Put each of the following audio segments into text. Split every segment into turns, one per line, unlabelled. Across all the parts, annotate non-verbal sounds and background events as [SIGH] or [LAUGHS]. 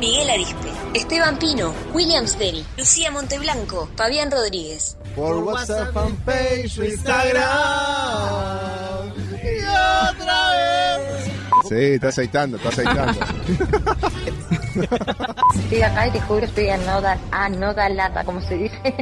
Miguel Arispe, Esteban Pino, Williams Dell, Lucía Monteblanco, Fabián Rodríguez.
Por WhatsApp, fanpage, Instagram. Y otra vez.
Sí, está aceitando, está aceitando.
estoy acá y te juro, estoy a no dar, a no dar lata, como se dice.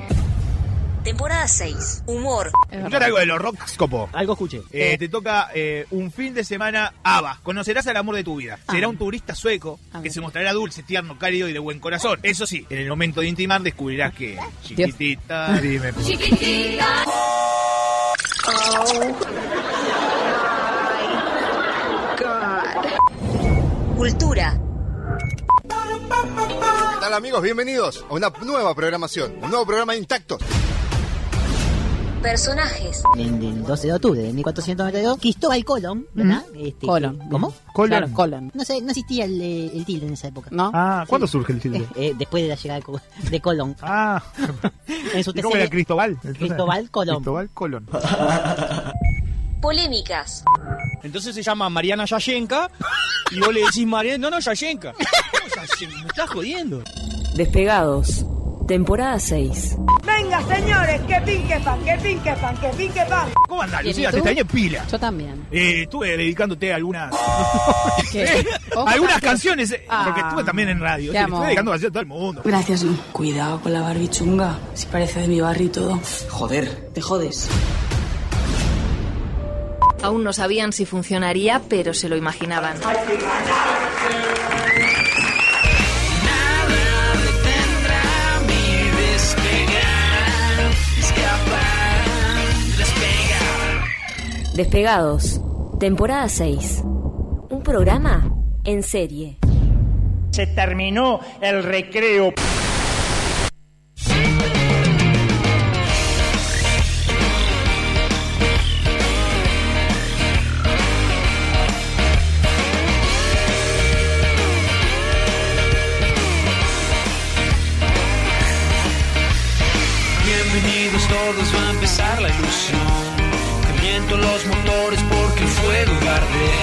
Temporada 6. Humor.
Escuchar algo de los Rockscopo.
Algo escuché.
Eh, te toca eh, un fin de semana ABBA. Conocerás al amor de tu vida. Será un turista sueco que se mostrará dulce, tierno, cálido y de buen corazón. Eso sí, en el momento de intimar descubrirás que... Chiquitita, Dios. dime. Por... Chiquitita.
Oh. Cultura.
¿Qué tal amigos? Bienvenidos a una nueva programación, un nuevo programa intacto
personajes.
En el 12 de octubre de 1492, Cristóbal Colón, ¿verdad? Mm -hmm.
este, Colón.
¿Cómo?
Colón. Claro, Colón.
No, sé, no existía el, eh, el, tilde en esa época.
¿No?
Ah, ¿cuándo sí. surge el tilde?
[LAUGHS] Eh, eh, después de la llegada de Colón. [LAUGHS]
Ah.
en su
¿Y ¿Cómo era Cristóbal?
Entonces, Cristóbal Colón.
Cristóbal Colón.
Polémicas.
Entonces se llama Mariana Yashenka y vos le decís Mariana... No, no, [LAUGHS] Yashenka. No, Yashenka. Me estás jodiendo.
Despegados. Temporada 6.
Venga, señores, que pinque pan, que pinque pan, que pinque pan.
¿Cómo andás, Lucía? Te extrañé pila.
Yo también.
Eh, estuve dedicándote a algunas. ¿Qué? [LAUGHS] algunas canciones. Eh, ah, porque estuve también en radio. Te estuve dedicando canciones a todo el mundo.
Gracias, Lu. Cuidado con la barbichunga. Si parece de mi barrio y todo.
Joder.
Te jodes.
Aún no sabían si funcionaría, pero se lo imaginaban. Despegados, temporada 6. Un programa en serie.
Se terminó el recreo.
Bienvenidos todos, va a empezar la ilusión los motores porque el fuego arde.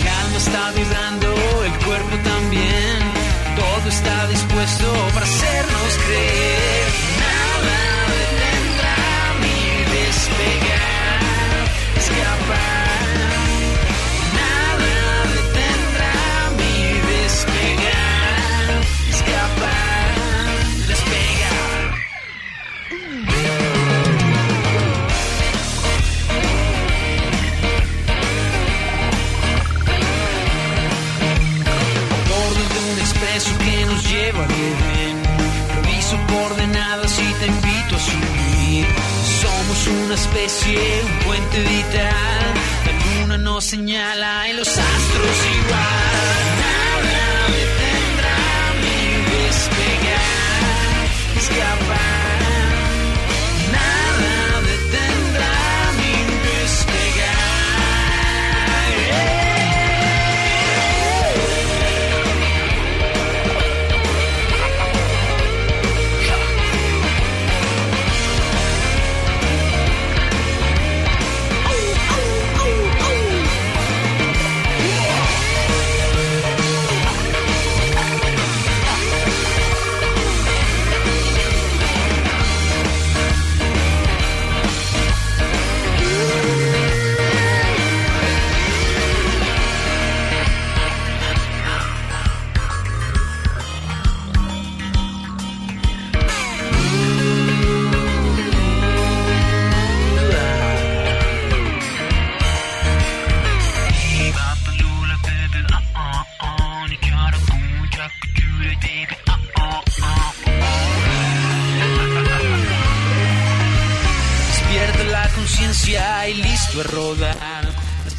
El alma está vibrando, el cuerpo también. Todo está dispuesto para hacernos creer. Nada detendrá mi despegar, escapar. Nada detendrá mi despegar, escapar, despegar. que nos lleva bien. Reviso coordenadas y te invito a subir. Somos una especie, un puente literal. La luna nos señala y los astros igual. Nada detendrá mi despegar, escapar. Nada detendrá mi despegar. Yeah.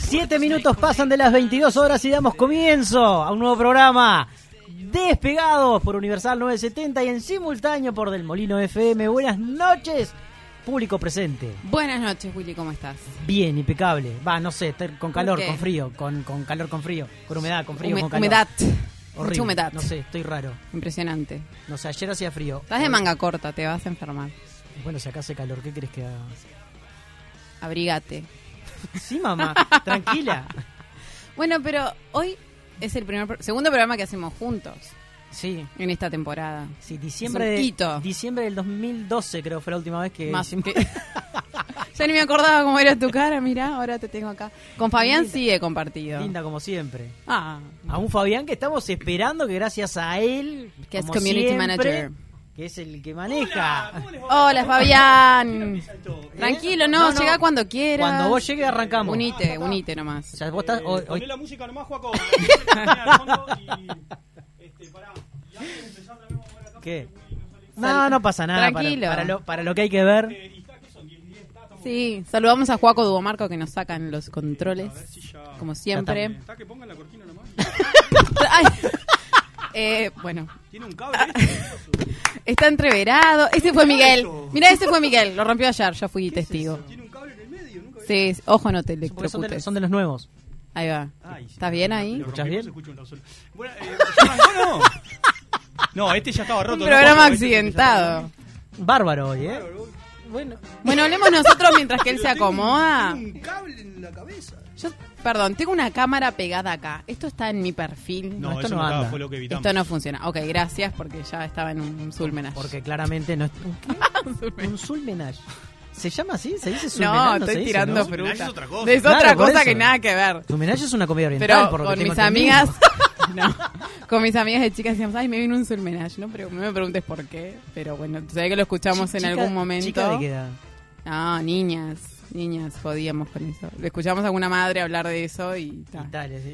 Siete minutos pasan de las 22 horas y damos comienzo a un nuevo programa de
despegados por Universal 970 y en simultáneo por Del Molino FM. Buenas noches, público presente.
Buenas noches, Willy, ¿cómo estás?
Bien, impecable. Va, no sé, estoy con calor, con frío, con, con calor, con frío, con humedad, con frío,
Hume-
con calor.
humedad.
Horrible.
Mucha humedad.
No sé, estoy raro.
Impresionante.
No sé, ayer hacía frío.
Estás de manga corta, te vas a enfermar.
Bueno, si acá hace calor, ¿qué crees que haga?
Abrigate. [LAUGHS]
Sí, mamá, tranquila.
Bueno, pero hoy es el primer, pro- segundo programa que hacemos juntos.
Sí.
En esta temporada.
Sí, Diciembre,
Es
de-
un hito.
diciembre del 2012 creo fue la última vez que...
Más
hicimos- [LAUGHS]
que- Ya ni me acordaba cómo era tu cara, mirá, ahora te tengo acá. Con Fabián sí he compartido.
Linda como siempre.
Ah,
A un Fabián que estamos esperando que gracias a él...
Que es
como
community
siempre,
manager.
Que es el que maneja.
Hola, Fabián. Tranquilo, no,
No, no.
llega cuando quieras.
Cuando vos llegues arrancamos.
Unite, unite nomás.
O sea, vos estás... hoy- hoy-
Eh, Poné la música nomás, Juaco.
¿Qué? No, no pasa nada. para-
Tranquilo.
Para, lo, para lo que hay que ver.
Sí, saludamos a Juaco Duomarco que nos sacan los controles, como siempre.
Está que pongan la cortina nomás.
[LAUGHS] Ay. Eh, bueno,
Tiene un cable. este.
está entreverado. Ese fue Miguel. Mira, ese fue Miguel. Lo rompió ayer, yo fui testigo. Sí, ojo, no te
Porque son, de,
electrocutes.
son de los nuevos.
Ahí va. ¿Estás bien ahí?
¿Escuchás bien?
Bueno, eh, ¿ya arrancó, no? No, este ya estaba roto.
Un
¿no?
programa
Juaco, este que ya
accidentado.
Bárbaro hoy, ¿eh?
[LAUGHS] Bueno. Bueno, hablemos nosotros mientras
[LAUGHS]
que él se
Pero tengo un-
acomoda.
tengo un cable en la cabeza.
Yo, perdón, tengo una cámara pegada acá. Esto está en mi perfil.
No,
esto no
eso no estaba,
anda.
fue lo que evitamos.
Esto no funciona. Ok, gracias porque ya estaba en un sulmenash.
Porque claramente no es. ¿Un qué? Un sulmenage. ¿Se llama así? ¿Se dice sulmenage?
No, estoy
se dice,
tirando
¿no?
fruta.
es otra cosa.
Es
Claro,
otra
por
cosa
eso.
que nada que ver.
Sulmenage es una comida oriental.
Pero
por lo que
con
tengo
mis
entendido.
amigas, [LAUGHS] no, con mis amigas de chicas decíamos, ay, me vino un sulmenage, ¿no? Pero no me preguntes por qué. Pero bueno, sabés que lo escuchamos en
Chica-
algún momento.
chica de qué edad?
No, niñas, niñas, jodíamos con eso. Le escuchamos a alguna madre hablar de eso y, ta.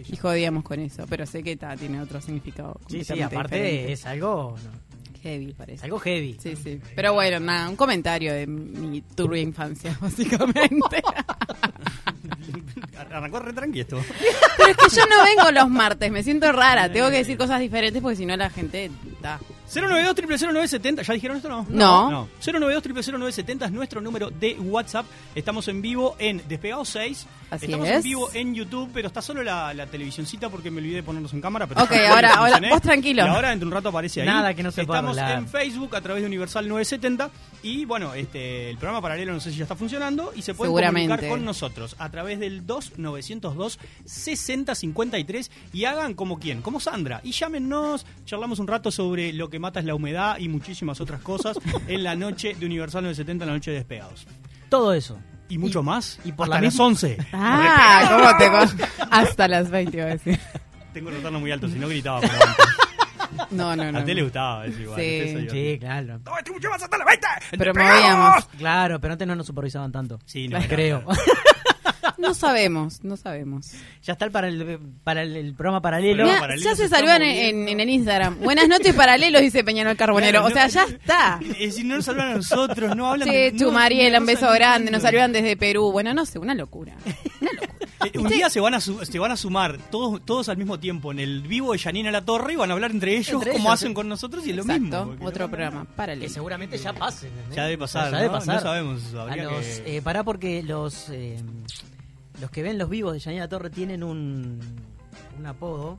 Y jodíamos con eso. Pero sé que ta, tiene otro significado.
Sí, sí,
completamente
aparte
diferente.
es algo. no,
Heavy, parece.
algo heavy.
Sí, sí. Pero bueno, nada, un comentario de mi turbia infancia, [LAUGHS] básicamente.
Arrancó re tranqui esto.
Pero es que yo no vengo los martes, me siento rara. Tengo que decir cosas diferentes porque si no la gente da.
092 0970 ¿ya dijeron esto o no?
No.
092 0970 es nuestro número de WhatsApp. Estamos en vivo en Despegado 6.
Así
Estamos
es.
en vivo en YouTube, pero está solo la, la televisioncita porque me olvidé de ponernos en cámara. Pero [LAUGHS]
Ok,
ya lo
ahora- ahora-
mencioné.
vos tranquilo.
Y ahora dentro de un rato aparece ahí.
Nada que no se pueda
Estamos
arreglar.
en Facebook a través de Universal 970. Y bueno, este el programa paralelo no sé si ya está funcionando. Y se pueden
Seguramente.
comunicar con nosotros a través del 2902 6053 y hagan como quién, como Sandra. Y llámenos, charlamos un rato sobre lo que mata es la humedad y muchísimas
[LAUGHS]
otras cosas en la noche de Universal 970, en la noche de despegados.
Todo eso.
Y mucho más. Y por
la
Hasta las
misma- [LAUGHS]
11.
[LAUGHS] Ah, ¿cómo te con- [LAUGHS] Hasta las 20 iba a decir.
Tengo que notarlo muy alto, si no gritaba.
[LAUGHS]
como antes.
No, no, no.
A tele gustaba, es igual.
Sí.
eso yo-
Sí, claro.
este
Pero movíamos.
Claro, pero antes no nos supervisaban tanto.
Sí, no,
Creo.
No sabemos, no sabemos.
ya está el, para el, para el, el programa paralelo.
Mirá, ya se saludan en, en el eh. Instagram. Buenas noches paralelos, dice Peñarol Carbonero.
Claro,
O sea,
no-
ya está.
Es decir, no nos hablan a nosotros, no hablan
Che,
no,
Chumariela,
no
un beso
saludan.
grande. Nos saludan desde Perú. Bueno, no sé, una locura.
Eh, un día se van a su- se van a sumar todos todos al mismo tiempo en el vivo de Janina La Torre y van a hablar entre ellos
Entre
como
ellos,
hacen
sí.
con nosotros y es lo
Exacto,
mismo. porque
otro
no-
programa paralelo.
Que seguramente ya pase. ¿entendés?
Ya debe pasar,
Ya debe
¿no?
pasar.
No sabemos eso,
A
habría
los,
que-
eh, pará porque los eh, los que ven los vivos de Yanina Torre tienen un, un apodo.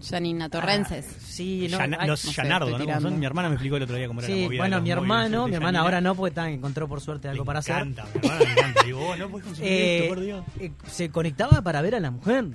Janina Torrenses.
Ah, sí, no,
Yana-
ay,
los
no sé,
Yanardo,
estoy
¿no? Como son.
tirando.
Mi hermana me explicó el otro día cómo era la
Sí,
movida.
bueno,
de los
mi
móviles
hermano,
de
mi hermana
Yanina.
ahora no, pues, porque tan, encontró por suerte algo para hacer.
encanta, mi hermana me encanta. Digo, vos no podés consumir
Eh,
esto, por Dios.
eh, se conectaba para ver a la mujer.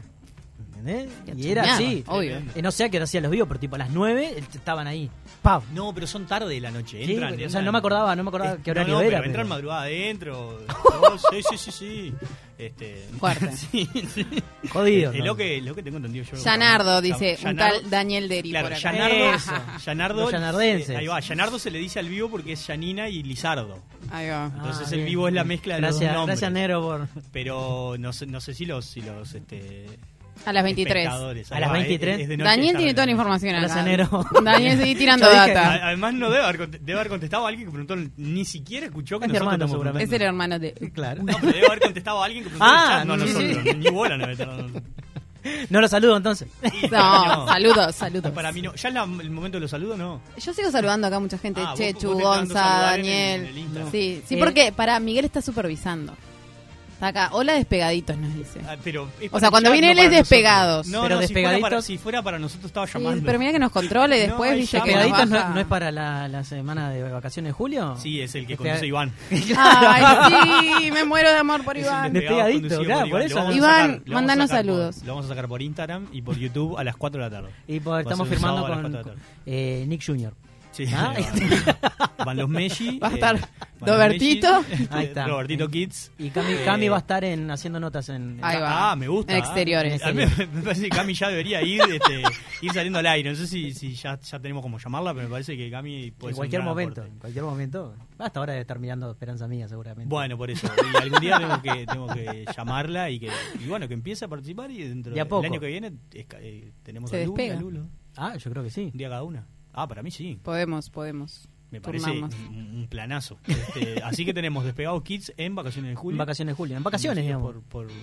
¿entendés? Y era
chumeaba,
así.
obvio.
Eh, no sé a qué hora hacían los vivos, pero tipo a las 9 eh, estaban ahí. ¡Pam!
No, pero son tarde de la noche.
Sí,
Entran,
o sea,
entran.
no me acordaba- no me acordaba
Es-
qué horario
Eh, no, no,
era,
Pero entran
pero- [LAUGHS]
madrugada adentro. Oh, sí, sí, sí, sí. Este,
Fuerte.
[LAUGHS] sí, sí.
Jodido,
Es
¿no?
lo, que, lo que tengo entendido yo.
Yanardo, dice
Yan-
un
Yanardo-
tal Daniel Deri
Claro,
por acá.
Eso.
Yanardo, Yanardo-
Los yanardenses.
eh, ahí va, Yanardo se le dice al vivo porque es Yanina y Lizardo.
Ahí va.
Entonces
Ah,
el
bien.
vivo es la mezcla de los
gracias,
dos nombres.
Gracias, Nero, por.
Pero no sé, no sé si los, si los este,
A las 23.
espectadores.
A
Ahí
las
va,
23.
es- es de noche,
Daniel
ya
tiene
no-
toda la información acá.
Gracias, Nero.
Daniel sigue tirando
[LAUGHS] Yo dije-
data.
A- Además no debe haber, conte- debe haber contestado a alguien que preguntó, ni siquiera escuchó que
Es mi
nosotros
hermano,
estamos
seguramente.
Es el hermano de...
Claro.
No, pero debe haber contestado a alguien que preguntó
Ah,
ah, no a
sí,
nosotros.
sí.
[LAUGHS]
Ni bola no, no, no.
No lo saludo entonces.
[LAUGHS]
No, saludos, saludos.
Para mí no. ¿Ya es la- el momento de los saludos? No.
Yo sigo saludando acá a mucha gente.
Ah, vos-
Chechu,
vos te dando
Gonza,
saludar en
Daniel.
el- en el Instagram.
Sí, sí,
Eh,
porque para Miguel está supervisando. Está acá. Hola despegaditos, nos dice.
Ah, Pero es
O sea, cuando
ya
viene
no
él es
para
despegados.
nosotros. No,
Pero
no, si fuera
despegaditos-
para- Si fuera, para nosotros estaba
Sí,
llamando.
pero mira que nos controle
[LAUGHS] No,
después,
ahí
dice que nos
¿Pegaditos no,
baja.
no es para la, la semana de vacaciones de julio?
Sí, es el que
Este- [LAUGHS]
conduce Iván. [LAUGHS]
Ay, sí, me muero de amor por
Es el
Iván.
despegado
Despegadito,
conducido
claro, por
Lo
eso.
vamos a
Iván,
sacar, lo vamos a
mandanos
sacar por-
saludos.
Lo vamos a sacar por Instagram y por YouTube a las 4 de la tarde.
Y por-
Va a ser
estamos
un
firmando
sábado a las
con,
4 de la tarde.
con, eh, Nick Jr.
Sí.
¿Ah?
[LAUGHS] Van- Van los Messi.
Va a
eh,
estar
van los
Dobertito.
Messi,
Ahí está.
Robertito Kids.
Y Cami,
Eh,
Cami va a estar en, haciendo notas en...
Ahí va.
Ah, me gusta.
En exteriores.
A mí me parece que Cami ya debería ir, este, ir saliendo al aire. No sé si, si ya, ya tenemos como llamarla, pero me parece que Cami puede
en
ser
cualquier
un gran
momento,
aporte.
en cualquier momento. Hasta ahora de estar mirando Esperanza Mía, seguramente.
Bueno, por eso. Y algún día tengo que, tengo que llamarla y que y bueno que empiece a participar y dentro
De a
del
poco.
año que viene esca- eh, tenemos
Se
a Luna,
despega.
a Lulo,
Ah, yo creo que sí.
un día cada una. Ah, para mí sí.
Podemos, podemos.
Me parece
Turnamos.
un, un planazo. Este, así que tenemos Despegados Kids en vacaciones de
En
julio.
vacaciones de julio. En vacaciones,
Dirigido
digamos.
Por, por,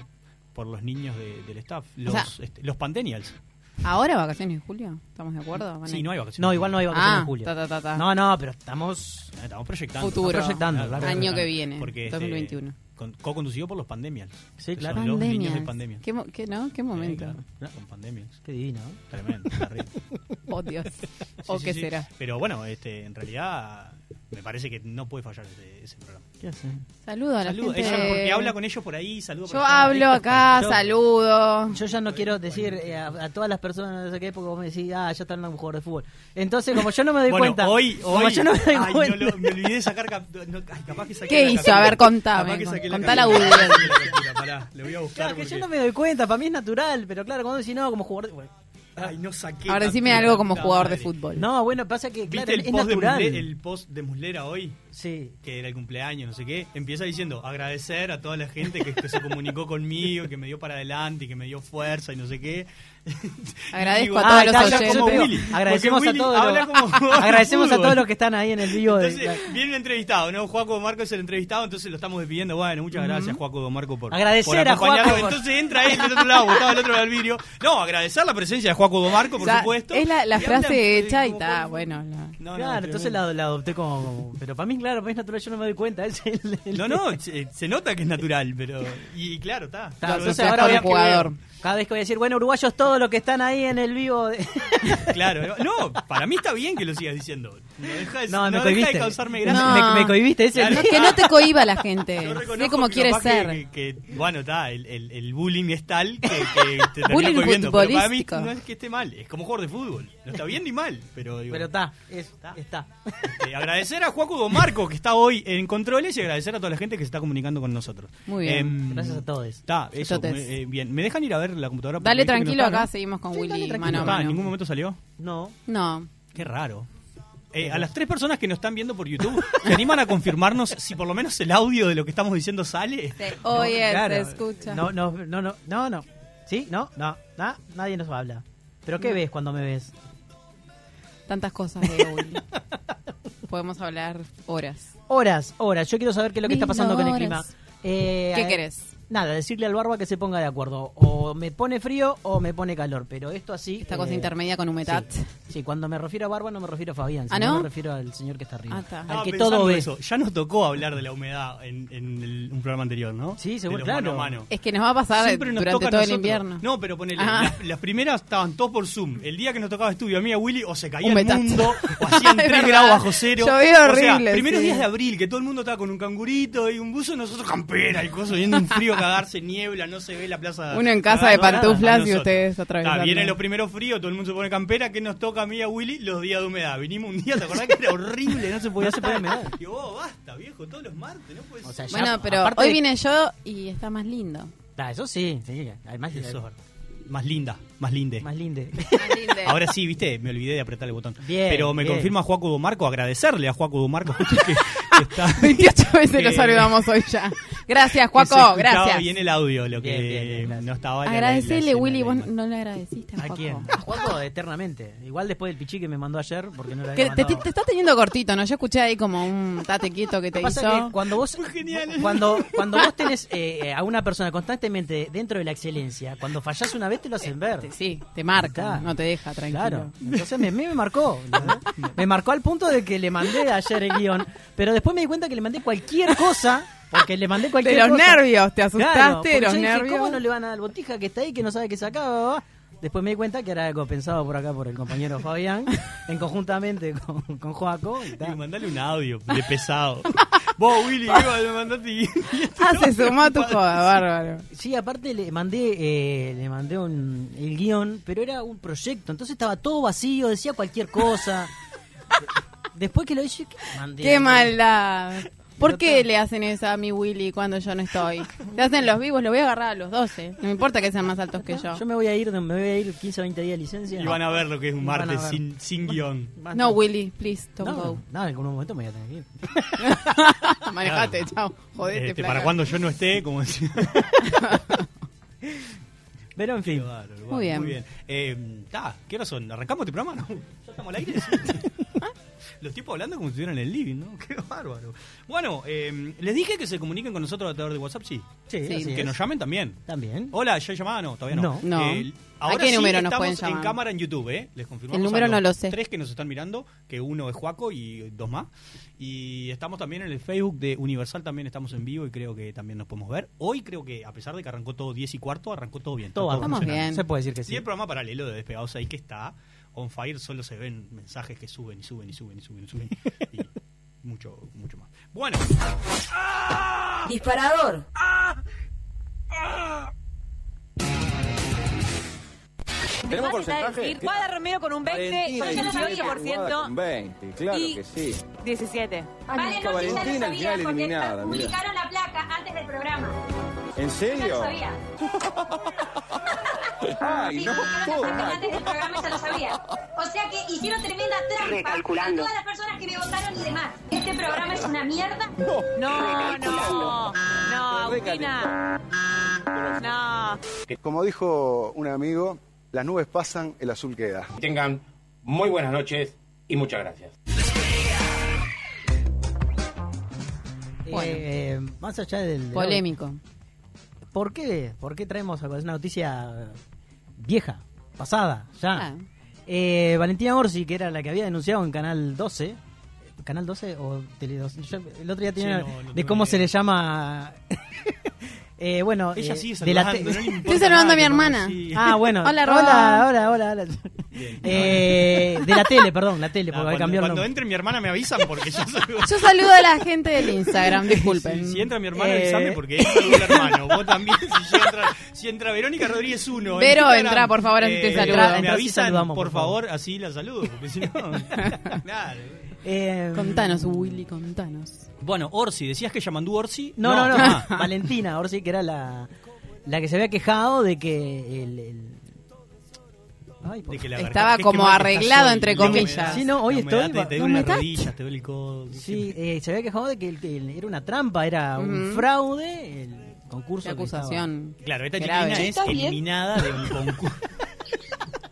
por los niños de- del staff.
O
Los,
sea-
este, los pandenials.
¿Ahora vacaciones en julio? ¿Estamos de acuerdo? Van
pues. Sí,
ahí.
no hay vacaciones.
No, igual no hay vacaciones
Ah,
en julio.
ta, ta, ta, ta.
No, no, pero estamos...
Estamos proyectando.
Futuro.
Estamos
Proyectando, claro.
Año que
proyectando.
viene,
Porque, este,
2021.
con- co-conducido por los pandemials.
Sí,
que
claro.
Son los niños de
Pandemias.
pandemia.
¿Qué, mo- qué- no? ¿Qué momento?
Con pandemias.
Qué divino. ¿eh?
Tremendo,
[LAUGHS]
terrible.
Oh, Dios.
Sí,
¿O
sí,
qué
sí.
será?
Pero bueno, este, en realidad me parece que no puede fallar ese, ese programa.
¿Qué hace?
Saludo a la
Saludo,
gente.
ella, porque habla con ellos por ahí, saludo por
Yo
allá.
hablo acá,
Yo-
saludo.
Yo ya no quiero decir eh, a, a todas las personas de esa época, vos me decís, ah, ya está hablando un jugador de fútbol. Entonces, como yo no me doy
bueno,
cuenta.
hoy,
como
hoy,
yo no me doy
ay,
cuenta.
no lo- me olvidé de sacar, cap- no, ay, capaz que saqué
¿Qué
la
hizo?
captura.
A ver, contame,
Capaz que saqué
con- contá la
captura.
audiencia.
Pará, le voy a buscar
Claro, que [LAUGHS] yo
porque-
no me doy cuenta, para mí es natural, pero claro, cuando decís no, como jugador de bueno.
Ay, no saqué.
Ahora
la
decime
puta
algo como jugador de
madre.
fútbol.
No, bueno, pasa que, claro,
¿Viste
es
el post, de
natural.
Muslera, el post de Muslera hoy?
Sí.
Que era el cumpleaños, no sé qué. Empieza diciendo agradecer a toda la gente que, que se comunicó [LAUGHS] conmigo, que me dio para adelante y que me dio fuerza y no sé
[LAUGHS]
qué.
Agradezco
Digo,
a todos
ah,
los
está, ya
oyentes.
como Willy,
agradecemos
porque
a
Willy
todos
habla
los, [LAUGHS]
como jugador de
agradecemos a
fútbol.
todos los que están ahí en el vivo de-
Entonces, viene el entrevistado, ¿no? Juaco Marco es el entrevistado, entonces lo estamos despidiendo. Bueno, muchas gracias, Juaco Marco, por,
Agradecer
por
a Juaco
acompañarnos.
por-
Entonces entra este del otro lado, Gustavo del otro lado del vidrio. No, agradecer la presencia de Juaco Marco, por
Ya,
supuesto.
Es la, la
Y
frase
hablan, eh,
hecha y
como
está,
Juaco-
bueno. la-
No, no,
claro, entonces
tremendo.
la, la adopté como, como- Pero para mí, claro, para mí es natural, yo no me doy cuenta. es el- el-
No, no, se, se nota que es natural, pero. Y ah, claro, está.
Está,
Lo
entonces
asocias con
ahora voy
el
a-
jugador.
Cada vez que voy a decir, bueno, uruguayos, todos los que están ahí en el vivo. de- [LAUGHS]
Claro, no, para mí está bien que lo sigas diciendo. No deja de,
No, me
no deja
cohibiste.
de causarme
Me-
gracia.
me, me cohibiste ese.
No, que no te cohiba la gente.
Yo
Sé
reconozco
como
que
quieres
capaz
ser.
que- Que, bueno, está, el, el, el bullying es tal que, que [LAUGHS] te termina
Bullying
cohibiendo, pero para mí
futbolístico.
no es que esté mal, es como jugador de fútbol. No está bien ni mal, pero digo,
Pero está, es- está.
este, agradecer a Juaco Don Marco que está hoy en controles y agradecer a toda la gente que se está comunicando con nosotros.
Muy bien.
Em,
Gracias a todos.
Está, eso,
Besotes.
me- eh, bien. ¿Me dejan ir a ver la computadora? Porque
Dale
viste que no
tranquilo,
está,
acá
¿no?
seguimos con
Sí, dale
Willy
tranquilo.
mano a
No está, en
mano.
ningún momento salió.
No.
No.
Qué raro. Eh, a las tres personas que nos están viendo por YouTube, ¿se animan a confirmarnos si por lo menos el audio de lo que estamos diciendo sale?
Oye,
Claro,
se escucha.
No, no, no, no, no, no. ¿Sí? No, no, na- nadie nos habla. ¿Pero qué ves cuando me ves?
Tantas cosas
[LAUGHS]
de Willy. Podemos hablar horas.
Horas, horas. Yo quiero saber qué es lo que está pasando con el clima.
Horas.
Eh,
¿Qué
a-
querés?
Nada, decirle al barba que se ponga de acuerdo. O me pone frío o me pone calor. Pero esto así. eh,
Esta cosa intermedia con humedad.
Sí, Sí, cuando me refiero a barba no me refiero a Fabián.
¿Ah,
sino
no?
Me refiero al señor que está arriba.
Ah, está.
Al
Estaba
que
pensando
todo ve.
eso. Ya nos tocó hablar de la humedad en, en el- un programa anterior, ¿no?
Sí,
De
seguro,
los
claro.
mano a mano.
Es que nos va a pasar
Siempre nos
durante
toca a
todo el
nosotros.
invierno.
No, pero ponele,
Ah.
las, las primeras estaban todos por Zoom. El día que nos tocaba estudio a mí y a Willy, o se caía
Un
el
betazo.
mundo,
[LAUGHS]
o hacían
Es
3
verdad.
grados bajo cero.
Llovía
O
horrible,
sea, primeros
sí.
días de abril, que todo el mundo estaba con un cangurito y un buzo, nosotros campera y cosas, viendo un frío cagarse, niebla, no se ve la plaza.
Uno en casa de
cagando, nada.
pantuflas y
Nosotros.
ustedes atravesando.
Está, Vienen los primeros fríos, todo el mundo se pone campera, que nos toca a mí y a Willy los días de humedad. Vinimos un día, ¿te acordás que era horrible? No se podía,
No se podía humedad.
Y vos, basta, viejo, todos los martes, no puedes
O sea, ya-
Bueno, pero
aparte
hoy
de-
vine yo y está más
[LAUGHS]
lindo.
Ah, eso sí, sí. Además,
Eso. Más linda, más linde.
Más
[LAUGHS]
linde.
Ahora sí, viste, me olvidé de apretar el botón.
Bien,
Pero me
bien.
confirma
[LAUGHS]
Juaco Dumarco, agradecerle a Juaco Dumarco justo que, que está.
28 veces
que-
lo saludamos hoy ya. Gracias,
[LAUGHS] que se
Cuaco,
escuchaba
gracias.
bien el audio, lo que no estaba en la- la
Agradecele,
escena
Willy,
de-
vos no le agradeciste a
¿A
Juaco.
quién? A Juaco, eternamente. Igual después del pichí que me mandó ayer, porque no lo
Que
había
te,
mandado.
te estás teniendo cortito, ¿no? Yo escuché ahí como un tate quieto que te
Pasa
hizo.
que cuando vos cuando cuando vos tenés eh, eh, a una persona constantemente dentro de la excelencia, cuando fallás una vez te lo hacen ver.
sí, Eh, te marca, no te deja tranquilo.
Claro. Entonces me, me, me marcó.
[LAUGHS]
¿verdad? me marcó al punto de que le mandé ayer el guión, pero después me di cuenta que le mandé cualquier cosa. Porque le mandé cualquier
De los
cosa.
nervios, te asustaste
Claro,
de
porque
los
yo dije,
nervios.
¿Cómo no le van a dar botija que está ahí, que no sabe qué sacaba? Después me di cuenta que era algo pensado por acá por el compañero Fabián, en conjuntamente con, con Joaco. y tal.
[LAUGHS] Mandale un audio de pesado. [LAUGHS] Vos, Willy, iba, me mandaste y- [LAUGHS]
Ah, se sumó a
[LAUGHS]
tu joda, bárbaro.
Sí, aparte le mandé, eh, le mandé un, el guión, pero era un proyecto, entonces estaba todo vacío, decía cualquier
[LAUGHS]
cosa. Después que lo hice, ¿qué mandé?
¡Qué maldad! ¿Por qué le hacen eso a mi Willy cuando yo no estoy? Le hacen los vivos, lo voy a agarrar a los 12. No me importa que sean más altos que yo.
Yo me voy a ir, me voy a ir 15 o 20 días de licencia.
Y van a ver lo que es un
Y van a
martes
ver.
sin, sin guión.
No, Willy, please, don't
No,
[LAUGHS]
go. [LAUGHS]
no, en algún momento me voy a tener que ir.
Manejate, chao. Jodete,
Este,
flaca.
para cuando yo no esté, como decía.
[LAUGHS] Pero en fin.
Muy bien.
Muy bien. Eh, ta, ¿Qué hora son? ¿Arrancamos este programa? ¿No? ¿Ya estamos
[LAUGHS]
al aire? Los tipos hablando como si estuvieran en el living, ¿no? [LAUGHS] Qué bárbaro. Bueno, eh, les dije que se comuniquen con nosotros a través de WhatsApp, sí.
Sí, Sí. así
Que
es.
nos llamen también.
También.
Hola, ¿ya hay llamada? No, todavía
No.
no.
No.
Eh,
¿A
ahora
qué
sí
número nos
estamos
pueden llamar?
en cámara en YouTube, ¿eh? Les confirmamos.
El número
a
no
los
lo sé.
Tres que nos están mirando, que uno es Juaco y dos más. Y estamos también en el Facebook de Universal, también estamos en vivo y creo que también nos podemos ver. Hoy creo que, a pesar de que arrancó todo 10 y cuarto, arrancó todo bien.
Todo
Está
Estamos
funcionando.
bien. Se puede decir que sí.
Y el programa paralelo de Despegados ahí que está on fire, solo se ven mensajes que suben y suben y suben y suben
[LAUGHS]
y suben. y mucho, mucho más. Bueno.
Disparador.
Tenemos porcentaje.
Jugada Romero con un 20, yo ya lo sabía, por
Jugada
ciento.
con 20, claro
Y-
que sí.
17.
Vale, no, si ya lo Valentina, sabía, final porque eliminada, está- mirá. publicaron
la placa antes del programa.
¿En serio? Ay, no jodas.
antes del programa, ya lo sabía. O sea que hicieron tremenda trampa.
Recalculando.
Todas las personas que me votaron y demás. Este programa es una mierda. No, no, no, Agustina. No.
Como dijo un amigo, las nubes pasan, el azul queda.
Tengan muy buenas noches y muchas gracias.
Eh,
Bueno.
eh, más allá del...
Polémico.
¿Por qué? ¿Por qué traemos algo? Es una noticia eh, vieja, pasada, ya.
Ah.
Eh, Valentina Orsi, que era la que había denunciado en Canal 12. ¿Canal 12 o Tele 12? Yo el otro día
Sí,
tenía
no, no
de
tengo
cómo
ni
se le llama... [LAUGHS] eh, bueno,
Ella
eh,
sigue
de la
saludando,
te-
no le importa
Estoy saludando a mi
nada que
hermana.
conocí.
Ah, bueno.
Hola, Rob.
hola, hola, hola, hola. [LAUGHS] Eh, de la tele, perdón, la tele,
[LAUGHS] Ah,
porque
cuando,
cambió el
cuando
nombre.
entre mi hermana me avisan porque yo
[LAUGHS]
saludo.
Yo saludo a la gente del
[LAUGHS]
Instagram, disculpen.
Si, si entra mi hermano,
Eh.
avísame porque él saluda al hermano. Vos también. Si entra, si entra Verónica Rodríguez uno. en
Vero,
Instagram, eh,
entra, por favor, así te saludo. Entra,
Me
entra, así
avisan,
saludamos,
por
por
favor, así la saludo.
[LAUGHS]
Porque si no. claro.
Eh,
Contanos, Willy, contanos.
Bueno, Orsi, decías que Yamandú Orsi.
No, no, no.
Ah,
[LAUGHS] Valentina Orsi, que era la, la que se había quejado de que el. el- Ay, por-
de que la
Estaba
verdad es que
como
mal que
arreglado,
estás hoy,
entre
la humedad,
comillas.
Sí, no, hoy
la humedad
estoy-
Te, te
la
duelen las
humedad.
rodillas, te duele el codo.
Sí, eh, se había quejado de que, el- que el- era una trampa, era un
Ujú.
fraude el concurso.
La
que estaba-
acusación.
Claro, esta
Grave.
chiquilina es
¿Estás bien?
eliminada de
[LAUGHS]
un concurso. [LAUGHS]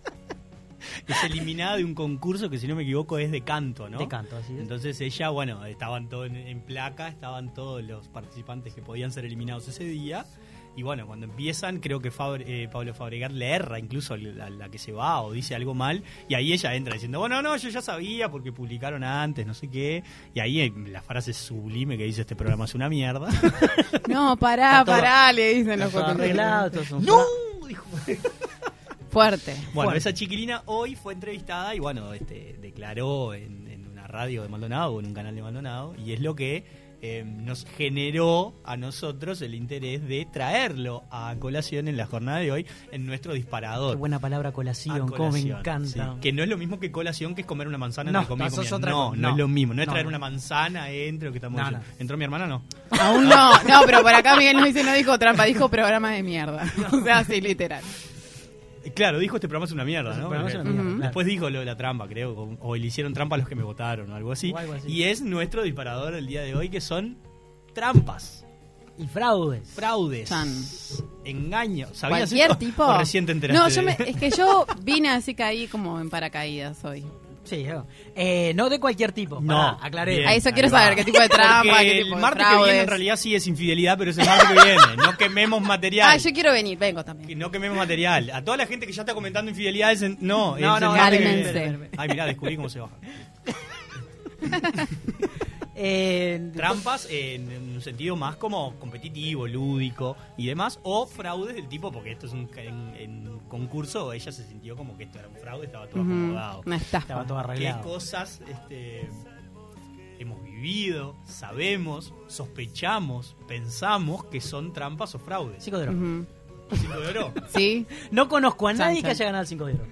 es eliminada de un concurso que, si no me equivoco, es de canto, ¿no?
De canto, así es.
Entonces ella, bueno, estaban todos en, en placa, estaban todos los participantes que podían ser eliminados ese día. Y bueno, cuando empiezan, creo que Fabr- eh, Pablo Fabregar le erra incluso a la, la que se va o dice algo mal. Y ahí ella entra diciendo, bueno, no, yo ya sabía porque publicaron antes, no sé qué. Y ahí eh, la frase sublime que dice, este programa es una mierda. [LAUGHS]
No, pará,
Está todo-
pará, le dicen
está
los
todo
cuatro.
arreglado, todo es un
¡No!
Fuerte.
Bueno,
Fuerte.
esa chiquilina hoy fue entrevistada y bueno, este, declaró en, en una radio de Maldonado o en un canal de Maldonado y es lo que eh, nos generó a nosotros el interés de traerlo a colación en la jornada de hoy en nuestro
Qué
disparador.
buena palabra colación,
A
como me
Ah, colación,
encanta.
sí. Que no es lo mismo que colación, que es comer una manzana
No,
entre comida y
eso es
comida.
otra
no,
cosa.
no, es
No,
lo mismo. No es
no,
traer
no.
una manzana, entre lo que estamos
No,
diciendo. ¿Entró mi hermana o no?
Aún no, no, pero por acá Miguel nos dice, no dijo trampa, dijo programa de mierda. [LAUGHS] O sea, sí, literal.
Claro, dijo este programa es una mierda, ¿no?
programa es una
Ujú.
mierda, claro.
Después dijo lo de la trampa, creo, o, o le hicieron trampa a los que me votaron o algo así.
O algo así.
Y es nuestro disparador el día de hoy, que son trampas.
Y fraudes.
Fraudes. Engaño. ¿Sabías
Cualquier
esto?
tipo.
[LAUGHS] ¿O recién te enteraste
No, yo
de-
me- es que yo vine así caí como en paracaídas hoy.
Sí, yo. Eh, no de cualquier tipo.
[LAUGHS] No.
pará, aclaré.
A eso quiero saber, qué tipo de trampa,
Porque
qué tipo
el
de
martes que viene
fraudes.
en realidad sí es infidelidad, pero es el martes que viene. No quememos material.
Ah, yo quiero venir, vengo también.
Que No quememos material. A toda la gente que ya está comentando infidelidades, en-
No,
no. es
no,
el martes que
cálmense.
viene. Ay, mirá, descubrí cómo se
[LAUGHS]
baja.
Eh,
Trampas en, en un sentido más como competitivo, lúdico y demás, o fraudes del tipo, porque esto es un, ca- en, en concurso, ella se sintió como que esto era un fraude, estaba todo
Ujú,
acomodado.
una estafa.
Estaba todo arreglado.
¿Qué cosas este, hemos vivido, sabemos, sospechamos, pensamos que son trampas o fraudes?
Cinco de oro.
Cinco de oro.
Sí.
No conozco a nadie
Chan, chan.
que haya ganado el 5 de oro.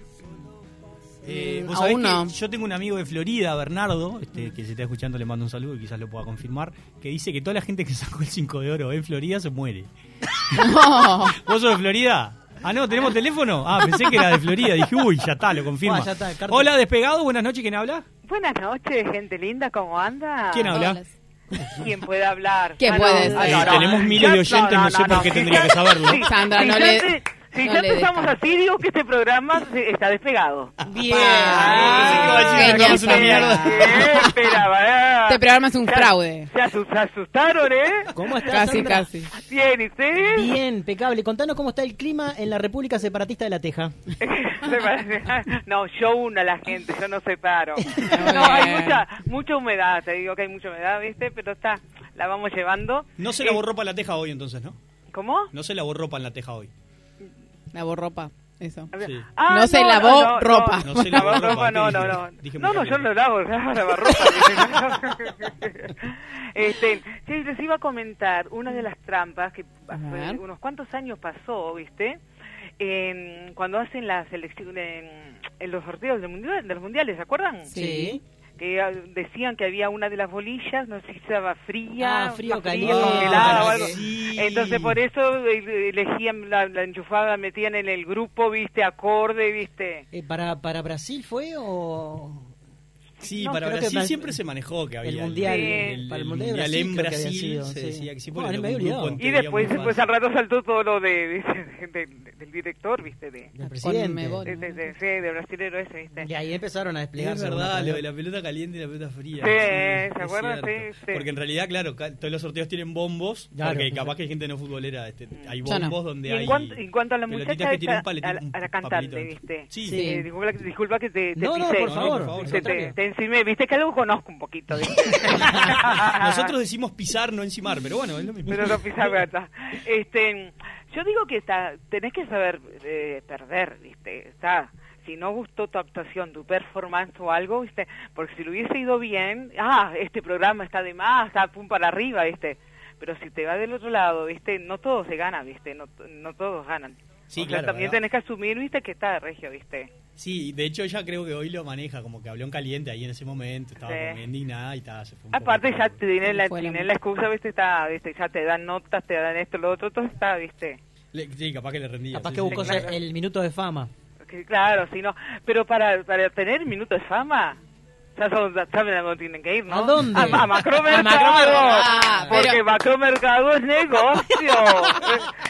Eh,
Mm,
vos
a
sabés
uno.
que yo tengo un amigo de Florida, Bernardo, este, que si está escuchando le mando un saludo y quizás lo pueda confirmar, que dice que toda la gente que sacó el 5 de oro en Florida se muere. [LAUGHS] ¿Vos sos de Florida? Ah, no, ¿tenemos teléfono? Ah, pensé que era de Florida. Dije, uy, ya está, lo confirma.
Ah, ya está, carta.
Hola, despegado, buenas noches, ¿quién habla?
Buenas noches, gente linda, ¿cómo anda?
¿Quién habla?
¿Quién puede hablar?
¿Quién puede ser?
Eh, tenemos miles de oyentes, no, sé por qué tendría que saberlo.
Sí,
Sandra,
si ya
no le-
te- Si
no
ya
le
empezamos así, digo que este programa se- está despegado. Bien.
Quería saber.
Ah,
Este programa es un fraude.
Se asu- se asustaron, ¿eh?
¿Cómo estás?
Casi,
Sandra?
casi.
Bien, ¿y ustedes?
Bien, impecable. Contanos cómo está el clima en la República Separatista de la Teja.
Me parece- No, yo uno a la gente, yo no separo. No, hay mucha, mucha humedad, te digo que hay mucha humedad, ¿viste? Pero está, la vamos llevando.
No se lavó ropa en la teja hoy entonces, ¿no?
¿Cómo?
No se lavó ropa en la teja hoy.
Lavó ropa, eso.
Sí.
Ah,
no se lavó
no, no,
ropa.
No se lavó ropa,
no,
¿qué
no,
dije?
no.
Dije
No, no,
muy
yo no lavo, [LAUGHS] lavo ropa. [LAUGHS] este, sí, les iba a comentar una de las trampas que hace
ver.
unos cuantos años pasó, ¿viste? En- cuando hacen la selección, en, en los sorteos del mundial, de los mundiales, ¿se acuerdan?
Sí.
Que ah, decían que había una de las bolillas, no sé si estaba fría,
Ah, frío,
estaba
caliente,
congelada o algo.
sí.
Entonces por eso eh, elegían la, la enchufada, metían en el grupo, viste, acorde, viste.
Eh, ¿para, ¿Para Brasil fue o...?
Sí,
No,
para
creo que
Brasil
Bra-
siempre se manejó que había
El mundial,
el,
para el
el
mundial de
mundial
Brasil
en
creo
Brasil
que había
se
sido, sí.
decía que sí,
Bueno,
porque
me había
era un grupo
olvidado.
en
Y
teoría
después,
muy
después
fan.
al rato saltó todo lo de, viste, del- del director, viste, de,
presidente. Conmebol,
de, de, de- sí, de brasilero ese, viste.
Y ahí empezaron a
Es
desplegarse.
verdad,
algunas
lo de la pelota caliente y la pelota fría.
Sí,
es
¿se acuerdan?
cierto.
Sí, sí.
Porque en realidad, claro, ca- todos los sorteos tienen bombos,
Claro.
porque capaz que hay gente no futbolera. este, hay
Yo
bombos
no.
donde
y en
hay
cuanto, en cuanto a la
pelotitas
muchacha
que tienen
esta,
un palet-
a, la-
un
a la
papelito
cantante,
dentro.
viste.
Sí.
[LAUGHS] Eh, disculpa, disculpa que te, te
No, no,
pisé.
por favor, por favor,
te,
contrario.
te, te encimé, viste que algo conozco un poquito. ¿viste?
Nosotros decimos pisar, no encimar, pero bueno, es lo mismo.
Pero no pisar verdad. Este, yo digo que está, tenés que saber eh, perder, ¿viste? Está, si no gustó tu actuación, tu performance o algo, ¿viste? Porque si lo hubiese ido bien, ah, este programa está de más, está pum para arriba, ¿viste? Pero si te va del otro lado, ¿viste? No todo se gana, ¿viste? No, no todos ganan.
Sí,
O sea,
claro,
también
¿verdad?
tenés que asumir, ¿viste? Que está regio, ¿viste?
Sí, de hecho ella creo que hoy lo maneja, como que habló en caliente ahí en ese momento, estaba
Sí.
como indignada y tal, se fue un poco.
Aparte ya te tienen la,
Fue la-
tienen la excusa, ¿viste? Está, ¿viste? Ya te dan notas, te dan esto, lo otro, todo está, ¿viste?
Le- sí, capaz que le rendía.
Capaz
sí,
que
sí.
buscó el minuto de fama.
Que Claro, si no. Pero para, para tener minutos de fama, ya son- ya saben a dónde tienen que ir, ¿no?
¿A dónde?
A, a
A Macromercado.
Macromercado.
Ah,
porque
pero-
Macromercado es
[LAUGHS]
negocio.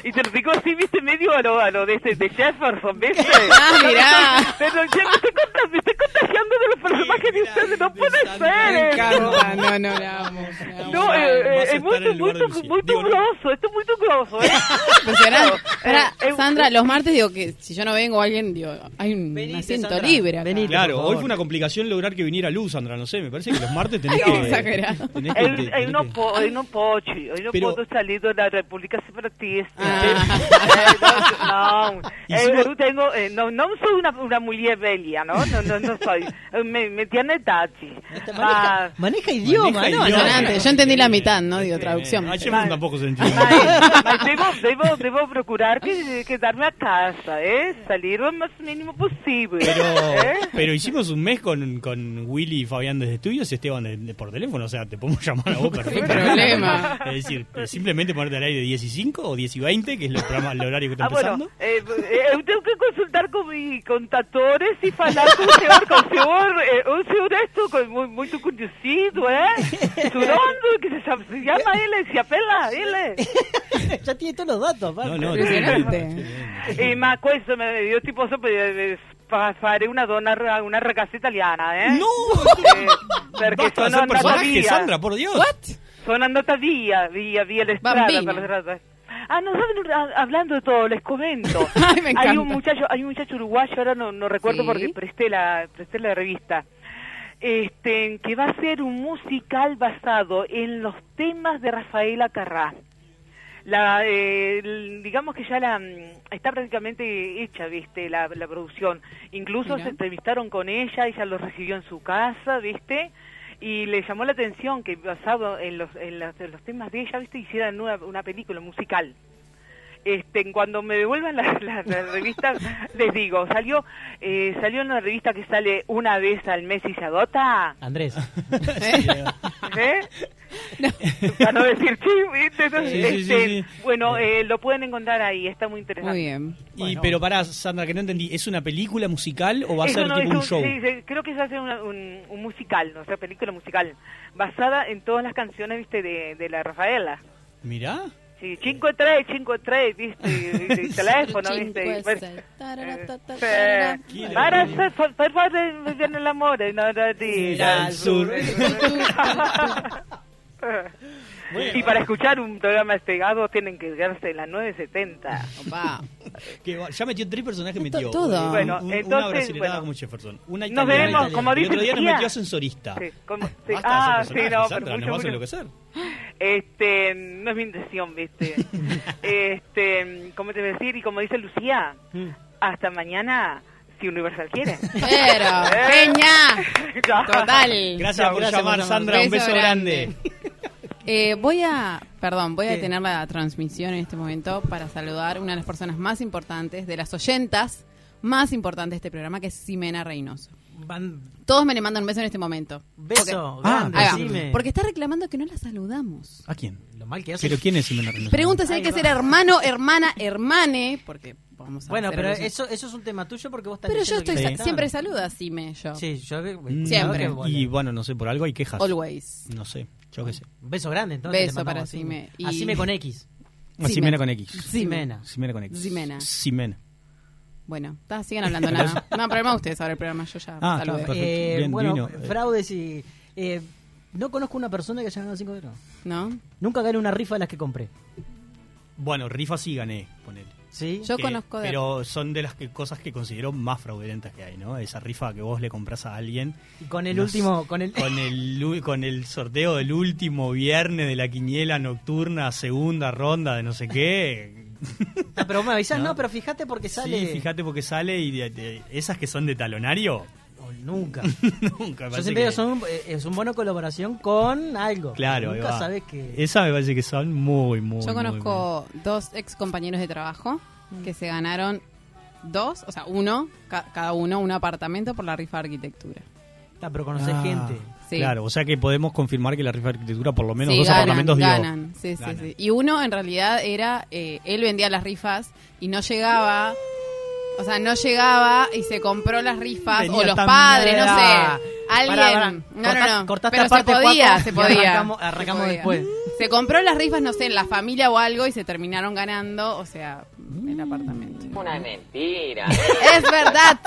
y te lo digo así, viste, medio a lo, a lo de, ese- de Jefferson, ¿viste?
Ah, mirá.
Pero ya me estoy, conta- me estoy contagiando de los personajes de ustedes, no puede ser.
Me
esto.
encanta, no, no, la amo. la amo.
No, eh, eh,
Vas a
es muy,
estar en el
muy,
lugar de
muy,
Lucía.
grosso, esto es muy grosso, ¿eh?
[LAUGHS] Impresionante. Pará,
Eh, eh,
Sandra, los martes digo que si yo no vengo alguien, digo, hay un asiento
Sandra,
libre. acá.
Claro, hoy fue una complicación lograr que viniera Luz, Sandra, no sé, me parece que
[LAUGHS]
los martes tenés
No,
que...
exagerado.
tenés que-
Hoy,
te-
hoy,
tenés
no
que-
po- hoy no pochi, hoy no
Pero-
puedo salir de la República Separatista. Eh,
[LAUGHS]
no, no, eh,
Hicimos-
yo tengo, eh, no, no soy una, una mujer bella, ¿no? No, no, no soy. Eh, Me, me tiene tachi. Ah,
Maneja
Maneja
idioma, ¿no?
idioma. Impresionante. Yo entendí la mitad, ¿no? Digo, Eh, traducción.
Ah, Jefferson tampoco se entiende.
ay, debo, debo, debo procurar que, quedarme a casa, ¿eh? Salir lo más mínimo posible.
Pero,
[LAUGHS] ¿eh?
pero hicimos un mes con, con Willy Lili y Fabián desde estudios y Esteban de- de- por teléfono. O sea, te podemos [LAUGHS] llamar a vos perfecto.
problema.
Es decir, simplemente ponerte al aire de 10 y 5 o 10 y 20, que es los programas-
[LAUGHS]
el horario que está
Ah,
empezando.
bueno, eh, eh, tengo que consultar con mis contadores y hablar con el señor, con el señor, eh, un señor esto con, muy, muy conducido,
[LAUGHS]
¿eh? Su nombre, que se llama- se llama él, se apela, él.
[LAUGHS]
ya tiene todos los datos, aparte.
no, Y más cosa, me dio tipo eso, pues, faré una dona, ra- una ragazza italiana, ¿eh? Eh, perché
Basta de
sono
hacer
andata
personajes,
via.
Sandra, por Dios. What?
Sono andata via, via, via le strade.
Bambina.
per le strade. Ah, no saben, ah, hablando de todo,
[LAUGHS]
les comento. hay
encanta.
un muchacho, hay un muchacho uruguayo, ahora no, no recuerdo
Sí.
porque presté la, presté la revista. Este, que va a ser un musical basado en los temas de Rafaela Carrá. La, eh, el- digamos que ya la mm, está prácticamente hecha, viste, la, la producción. Incluso
Mirá.
se entrevistaron con ella, ella los recibió en su casa, viste, y le llamó la atención que basado en los, en las- en los temas de ella, viste, hicieran una, una película musical. Este, cuando me devuelvan las las- las revistas, les digo, salió, eh, salió en una revista que sale una vez al mes y se agota.
Andrés.
¿Eh? [LAUGHS] Para no [LAUGHS] decir "Sí, ¿viste? Entonces,
Sí, sí, sí,
este,
sí.
Bueno, eh, lo pueden encontrar ahí, está muy interesante.
Y, Pero pará, Sandra, que no entendí. ¿Es una película musical o va a
Eso
ser
no,
tipo
es
un show?
sí, sí, creo que se hace una- un, un musical, ¿no? o sea, película musical, basada en todas las canciones, viste, de, de la Rafaela.
Mirá.
Sí, 5-3, 5-3, viste,
[LAUGHS]
y- y- y
[LAUGHS]
teléfono, viste. y-
Cinco,
eh,
tarara,
sí. Para ser, por por favor, viene el amor, y no lo
Mira
tira
al
al
sur.
[LAUGHS] sur. Y para escuchar un programa pegado tienen que llegarse en la 970.
Que va- ya metió tres personajes, metió. eh,
todo.
Un-
Bueno,
un- una
entonces,
brasileña
bueno.
como Jefferson. Una
Nos
italiana.
veremos, como
El
dice
otro día nos
Lucía.
metió a sensorista.
Sí, como- sí,
Basta de hacer
Ah, sí,
personajes,
no,
Sandra,
pero
nos vas a
mucho,
enloquecer.
Este, no es mi intención,
[LAUGHS]
viste. este, como te voy a decir, y como dice Lucía, hasta mañana, si Universal quiere. [LAUGHS] ¿Eh?
Pero, peña.
Ya.
Total.
Gracias por llamar, Sandra. Un beso grande.
Eh, voy a, perdón, voy a
¿Qué?
detener la transmisión en este momento para saludar una de las personas más importantes, de las oyentas más importantes de este programa, que es Ximena Reynoso. Todos me le mandan un beso en este momento.
Beso Ah,
Porque-
grande,
Ah, Ahí va.
Xime.
Porque está reclamando que no la saludamos.
¿A quién?
Lo mal que hace.
¿Pero quién es Jimena Reynoso?
Pregunta si hay que ser hermano, hermana, hermane, porque Eh, vamos a
Bueno,
hacer
pero
algo-
eso, eso es un tema tuyo porque vos estás
Pero yo
diciendo
estoy
que
sa-
no está.
siempre saluda a Xime, yo.
Sí, yo que-
Siempre.
que-
Y bueno, no sé, por algo hay quejas.
Always.
No sé, yo qué sé.
Beso grande, entonces.
Beso
le mandamos
para
a
Xime. Y-
A Xime con X.
Ah, Ximena con X.
Ximena.
Ximena con X.
Ximena.
Ximena.
Bueno, ta, sigan
[LAUGHS]
[LAUGHS]
hablando nada. No, problema ustedes ahora el programa, yo ya
Ah,
saludé.
está, perfecto.
Eh,
Bien,
bueno,
divino.
fraudes y... eh, no conozco una persona que haya ganado 5 euros.
¿No?
Nunca gané una rifa de las que compré.
eh, Bueno, rifa sí gané, ponele.
Sí.
Yo conozco de-
Pero son de las que- cosas que considero más fraudulentas que hay, ¿no? Esa rifa que vos le compras a alguien.
Y con el
No
último...
sé,
Con el...
Con el, u- con el sorteo del último viernes de la quiniela nocturna, segunda ronda de no sé qué.
Ah, pero me avisás, [LAUGHS] no. pero fíjate porque sale...
Sí, fíjate porque sale y de- de- esas que son de talonario. [LAUGHS]
nunca.
nunca me
[LAUGHS] Yo
parece
siempre digo,
que-
son, eh, es un bono de colaboración con algo.
Claro, ahí
Nunca
va.
sabes que...
Esas me parece que son muy, muy.
Yo
muy,
conozco dos ex compañeros de trabajo
Mm.
que se ganaron dos, o sea, uno, ca- cada uno, un apartamento por la rifa de arquitectura.
Ah, pero conoces
Ah,
gente.
Sí.
Claro, o sea que podemos confirmar que la rifa de arquitectura por lo menos
Sí,
dos
ganan,
apartamentos dio.
ganan. Sí, sí,
Ganan.
sí. Y uno en realidad era, eh, él vendía las rifas y no llegaba, o sea, no llegaba y se compró las rifas
Venía
o los
tan
padres, no
mala.
sé. Alguien,
Pará, pará.
no,
Cortá-
no, no,
cortá
pero
esta
se
parte,
podía,
Juaco,
se
y
podía.
arrancamos- arrancamos
Se
después.
Se compró las rifas, no sé, en la familia o algo y se terminaron ganando, o sea,
Mm.
el
Eh,
apartamento.
Una mentira.
Es verdad.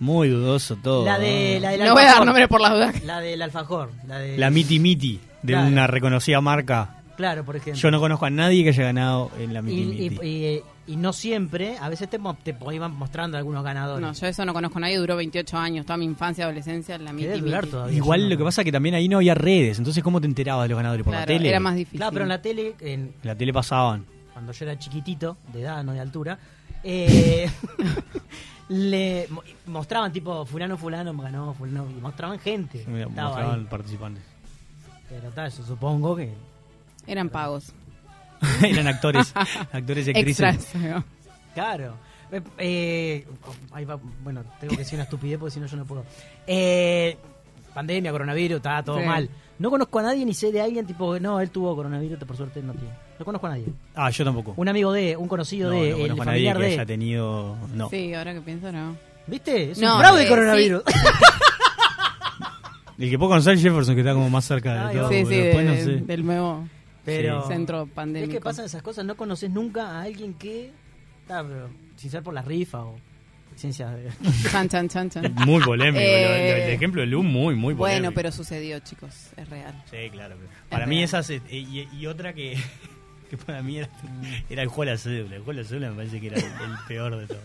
Muy dudoso todo.
La de,
¿no?
la del
No voy a dar
alfajor.
nombre por las dudas.
La del alfajor. La, de,
La Miti Miti de
Claro.
una reconocida marca.
Claro, por ejemplo.
Yo no conozco a nadie que haya ganado en la
y, pues,
Miti Miti.
y- y- y no siempre, a veces te, mo- te po- iban mostrando algunos ganadores.
No, yo eso no conozco a nadie, duró 28 años, toda mi infancia, adolescencia, la miti,
debe durar
miti.
todavía.
Igual lo que pasa es que también ahí no había redes, entonces ¿cómo te enterabas de los ganadores? ¿Por
Claro,
la tele?
era más difícil.
Claro, pero en la tele, en-
En La tele pasaban.
cuando yo era chiquitito, de edad, no de altura, eh, le mo- mostraban tipo fulano, fulano, ganó, fulano, y mostraban gente.
Mira,
Estaba
Mostraban
ahí.
participantes.
Pero tal, yo supongo que...
Eran pagos.
Eran
[LAUGHS]
actores, actores y actrices.
Extras. ¿no?
Claro. Eh,
[LAUGHS]
eh, ahí va- bueno, tengo que decir una estupidez porque si no yo no puedo. Eh, pandemia, coronavirus, está todo
Sí.
mal. No conozco a nadie ni sé de alguien tipo, no, él tuvo coronavirus, por suerte no tiene. No conozco a nadie.
Ah, yo tampoco.
Un amigo de, un conocido
No,
de,
no
el
conozco a nadie
familiar
que
de.
haya tenido. No.
Sí, ahora que pienso, no.
¿Viste? Es
No,
un fraude
eh,
el coronavirus. [LAUGHS]
El que puedo conocer es Jefferson, que está como más cerca de
Sí,
todo.
sí,
pero después no
de-
sé.
del nuevo
Pero-
centro
¿Ves
pandémico.
que pasan esas cosas? No conoces nunca a alguien que. Está, pero, sin ser por la rifa o. Ciencias de.
[LAUGHS] Chan, chan, chan, chan.
Muy polémico.
Eh,
el, el ejemplo de Lu, muy, muy polémico.
Bueno, pero sucedió, chicos. Es real.
Sí, claro. pero Para mí esas eh, y, y otra que, [LAUGHS] que para mí era, era el juego de la cédula. El juego de la cédula me parece que era el, el peor
[LAUGHS]
de todos.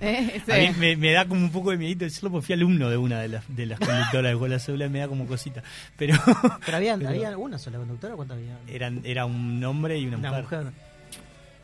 Eh, sí.
A mí me, me da como un poco de miedito decirlo porque fui alumno de una de las, de las conductoras del juego de la cédula y me da como cosita. Pero,
Pero había,
[LAUGHS] pero
había una sola conductora o cuántas había?
eran, era un hombre y una,
Una
mujer.
mujer.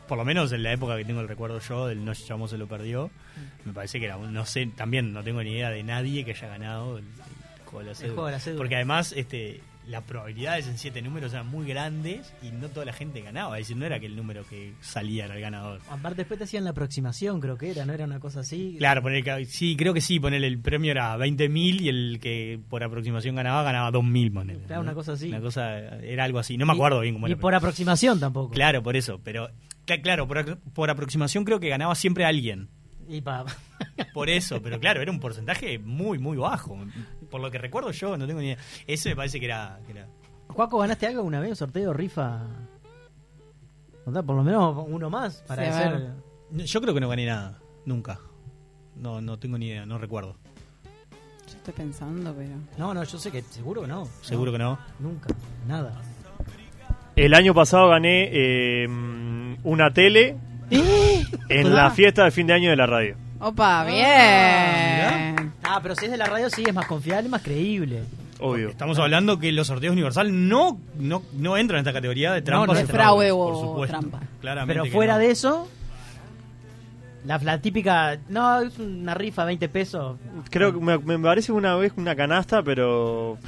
Por lo menos en la época que tengo el recuerdo yo del No Chamo se lo perdió.
Mm.
Me parece que era un, no sé, también no tengo ni idea de nadie que haya ganado el, el juego de la cédula.
juego de la cédula.
Porque además, este las probabilidades en siete números eran muy grandes y no toda la gente ganaba. Es decir, no era que el número que salía era el ganador.
Aparte, después te hacían la aproximación, creo que era, ¿no? Era una cosa así.
Claro, poner que- sí, creo que sí, poner el premio era 20.000 y el que por aproximación ganaba ganaba 2.000, poner.
Claro, una cosa así.
Una cosa, era algo así, no me acuerdo bien cómo
y
era.
por aproximación tampoco.
Claro, por eso, pero cla- claro, por, ac- por aproximación creo que ganaba siempre alguien.
Y pa- [LAUGHS]
Por eso, pero claro, era un porcentaje muy, muy bajo. Por lo que recuerdo yo, no tengo ni idea. Eso me parece que era... que era-
Juaco, ¿ganaste algo una vez? ¿Un sorteo, rifa? Contá, Por lo menos uno más para
Sí, a
hacer-
ver. No, Yo creo que no gané nada, nunca. No, no tengo ni idea, no recuerdo.
Yo estoy pensando, pero.
No, no, yo sé que seguro que no.
Seguro que no.
Nunca, nada.
El año pasado gané eh, una tele
¿Eh?
en la fiesta de fin de año de la radio.
Opa, bien.
Ah, pero si es de la radio, sí, es más confiable, más creíble.
Obvio.
Estamos hablando que los sorteos universal no, no, no entran en esta categoría de trampas.
no
o
es fraude
fraudes, por
o
supuesto.
trampa.
Claramente
pero
que
fuera
no.
de eso, la, la típica. No, es una rifa, 20 pesos.
Creo que me, me parece una vez una canasta, pero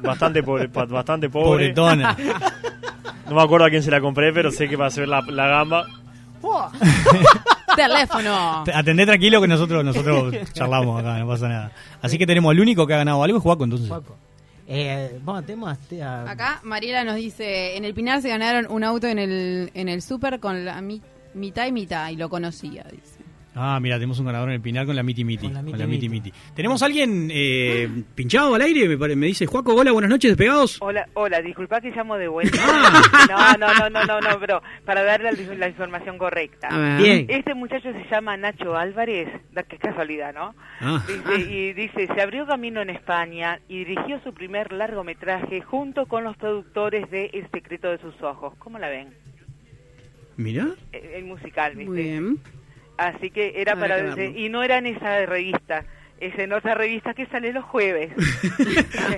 bastante pobre. pa- Bastante pobre.
Pobretona.
[LAUGHS] No me acuerdo a quién se la compré, pero sé que va a ser la, la gamba.
[LAUGHS]
Teléfono.
Te- Atendé tranquilo que
[LAUGHS]
nosotros nosotros charlamos acá, no pasa nada. Así que tenemos el único que ha ganado algo es Juaco, entonces.
Eh, vamos, tenemos a.
Acá Mariela nos dice, en el Pinar se ganaron un auto en el, en el súper con la mi- mitad y mitad y lo conocía, dice.
Ah, mira, tenemos un ganador en el Pinar con la miti miti. Con la miti miti.
miti-miti.
Tenemos alguien eh, pinchado al aire, me, pare- me dice Juaco, hola, buenas noches, despegados.
Hola, hola, disculpa que llamo de
[LAUGHS]
vuelta. No, no, no, no, no, no, pero para dar la, la información correcta.
A ver. Bien.
Este muchacho se llama Nacho Álvarez, da- qué casualidad, ¿no?
Ah.
Dice- y dice, se abrió camino en España y dirigió su primer largometraje junto con los productores de El secreto de sus ojos. ¿Cómo la ven?
Mira.
El, el musical, ¿viste?
Muy bien.
Así que era
Habrá
para...
que verlo.
y no era en esa revista, es en otra revista que sale los jueves.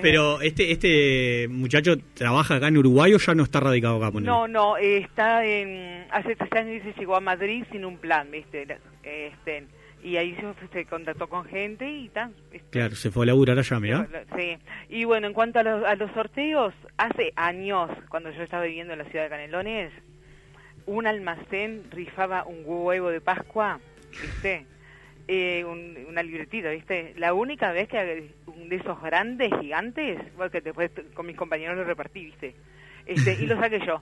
Pero este este muchacho trabaja acá en Uruguay o ya no está radicado acá, ponele?
No, no, eh, está en, hace tres años dice llegó a Madrid sin un plan, ¿viste? Era- eh, este, y ahí se, se contactó con gente y tal. ¿viste?
Claro, se fue a laburar allá, mira.
Sí. Y bueno, en cuanto a los, a los sorteos, hace años, cuando yo estaba viviendo en la ciudad de Canelones, un almacén rifaba un huevo de Pascua, ¿viste? Eh, un- una libretita, ¿viste? La única vez que un de esos grandes, gigantes, bueno, que después con mis compañeros lo repartí, ¿viste? Este, y lo saqué yo.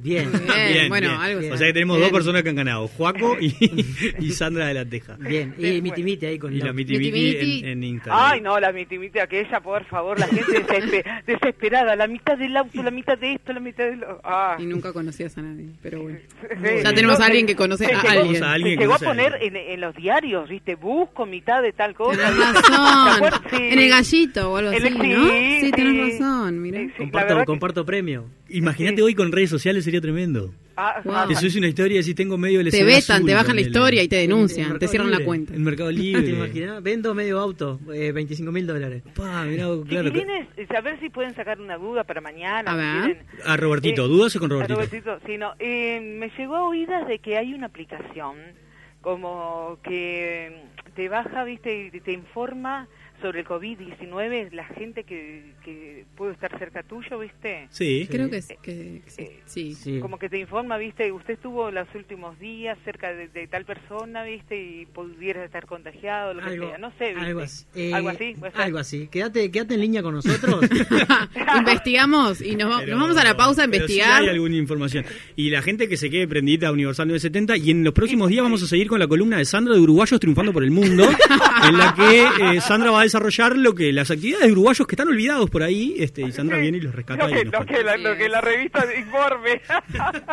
Bien.
Bien,
bueno,
bien.
algo
O
será.
sea que tenemos
Bien.
dos personas que han ganado, Juaco y, [LAUGHS] y Sandra de la Teja.
Bien, [LAUGHS] y mitimite ahí con
Y la miti miti en, en Instagram.
Ay, no, la mitimita aquella, por favor, la gente desespe- [LAUGHS] desesperada, la mitad del auto, la mitad de esto, la mitad de lo... Ah.
Y nunca conocías a nadie, pero bueno.
Sí.
Ya tenemos a alguien que conoce
eh, Se
a
llegó-
alguien.
se
alguien que
llegó a
conoce a
poner en, en los diarios, ¿viste? Busco mitad de tal cosa.
Tenés
¿viste? ¿Te
razón.
acuerdas? Sí.
En el gallito o algo
En
así,
el-
¿no?
sí,
Sí, tenés
sí.
razón, mirá.
Comparto, comparto premio. Imagínate hoy con redes sociales sería tremendo.
Ah,
Wow.
Te subís una historia si tengo medio
Te vetan, te bajan la historia y te denuncian, te cierran la cuenta.
En
[LAUGHS]
Mercado
¿Te
Libre.
imaginas? Vendo medio auto, eh, 25 mil dólares.
Pa, mirá, claro.
Chiquilines, eh, a ver si pueden sacar una duda para mañana.
A
si
ver.
quieren.
A Robertito, ¿dudas o con Robertito?
Eh, A Robertito, sí, no. Eh, me llegó a oídas de que hay una mm, aplicación como que te baja, viste, y te informa sobre el COVID-19, la gente que, que puede estar cerca tuyo, ¿viste? Eh,
Sí.
Creo que, que sí. sí.
Como que te informa, viste, usted estuvo los últimos días cerca de, de tal persona, viste, y pudiera estar contagiado, lo
Algo-
que sea, no sé, ¿viste?
Algo así. Eh,
algo así. puede ser.
algo así. Quédate, quédate en línea con
[LAUGHS]
nosotros.
Investigamos y nos, va- nos vamos a la pausa a
Pero sí
investigar.
hay alguna información. Y la gente que se quede prendida a Universal 970. Y en los próximos días vamos a seguir con la columna de Sandra de Uruguayos triunfando por el mundo.
[LAUGHS]
en la que eh, Sandra va a desarrollar lo que las actividades de uruguayos que están olvidados por ahí. Este, y Sandra viene y los rescata.
Lo que,
y los
lo
cuenta.
que la, lo que la revista informe.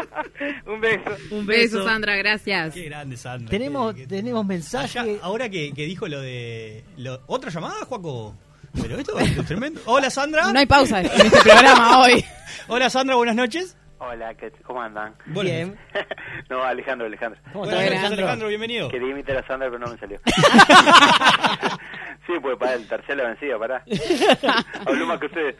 [LAUGHS] Un beso.
Un beso, Sandra, gracias.
Qué grande, Sandra.
tenemos, tenemos mensaje.
Allá, ahora que, que dijo lo de. lo- ¿Otra llamada, Juaco? Pero esto es tremendo. Hola, Sandra.
No hay pausa en este programa hoy.
[LAUGHS] Hola, Sandra, buenas noches.
Hola, ¿qué- ¿cómo andan?
Buenas Bien.
[LAUGHS] No, Alejandro, Alejandro.
¿Cómo estás, Buenas noches, Alejandro? Alejandro, bienvenido.
Quería imitar a Sandra, pero no me
[LAUGHS]
salió. sí, pues para el tercero la vencida,
[LAUGHS]
pará. Hablo más que ustedes.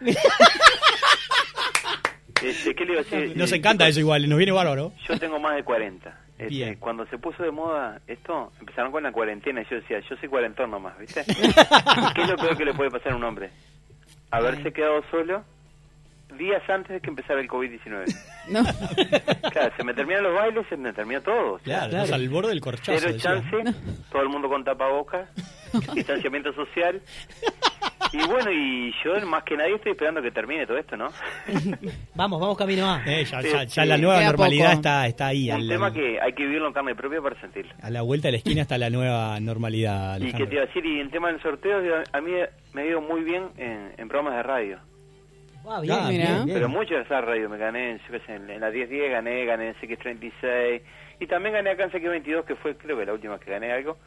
Este, ¿Qué le iba a decir?
Nos
Eh,
encanta eso igual, nos viene bárbaro.
Yo tengo más de 40. Este,
Bien.
Cuando se puso de moda esto, empezaron con la cuarentena y yo decía, yo soy cuarentón nomás, ¿viste?
[LAUGHS]
¿Qué es lo peor que le puede pasar a un hombre? Haberse quedado solo días antes de que empezara el
[LAUGHS]
COVID-19. Claro, se me terminan los bailes, se me terminó todo. o sea,
Claro, estás al borde del corchazo.
Cero
decía.
chance, todo el mundo con
[LAUGHS]
tapabocas, distanciamiento social. Y bueno, y yo más que nadie estoy esperando que termine todo esto, ¿no?
Vamos, vamos camino A.
Eh, ya,
Sí,
ya- ya
sí.
la nueva
Queda
normalidad
poco.
está, está ahí. A
Un tema
la,
que hay que vivirlo en carne propia para sentirlo.
a la vuelta de la esquina está la nueva normalidad,
Y que
Alejandro.
te iba a decir, y en tema del sorteo, yo- a mí me ha ido muy bien en, en programas de radio.
Ah, bien, bien, bien.
Pero muchas de esas radios me gané, yo qué sé, en, en la 1010 gané, gané en CX36, y también gané acá en CX22, que fue creo que la última que gané algo,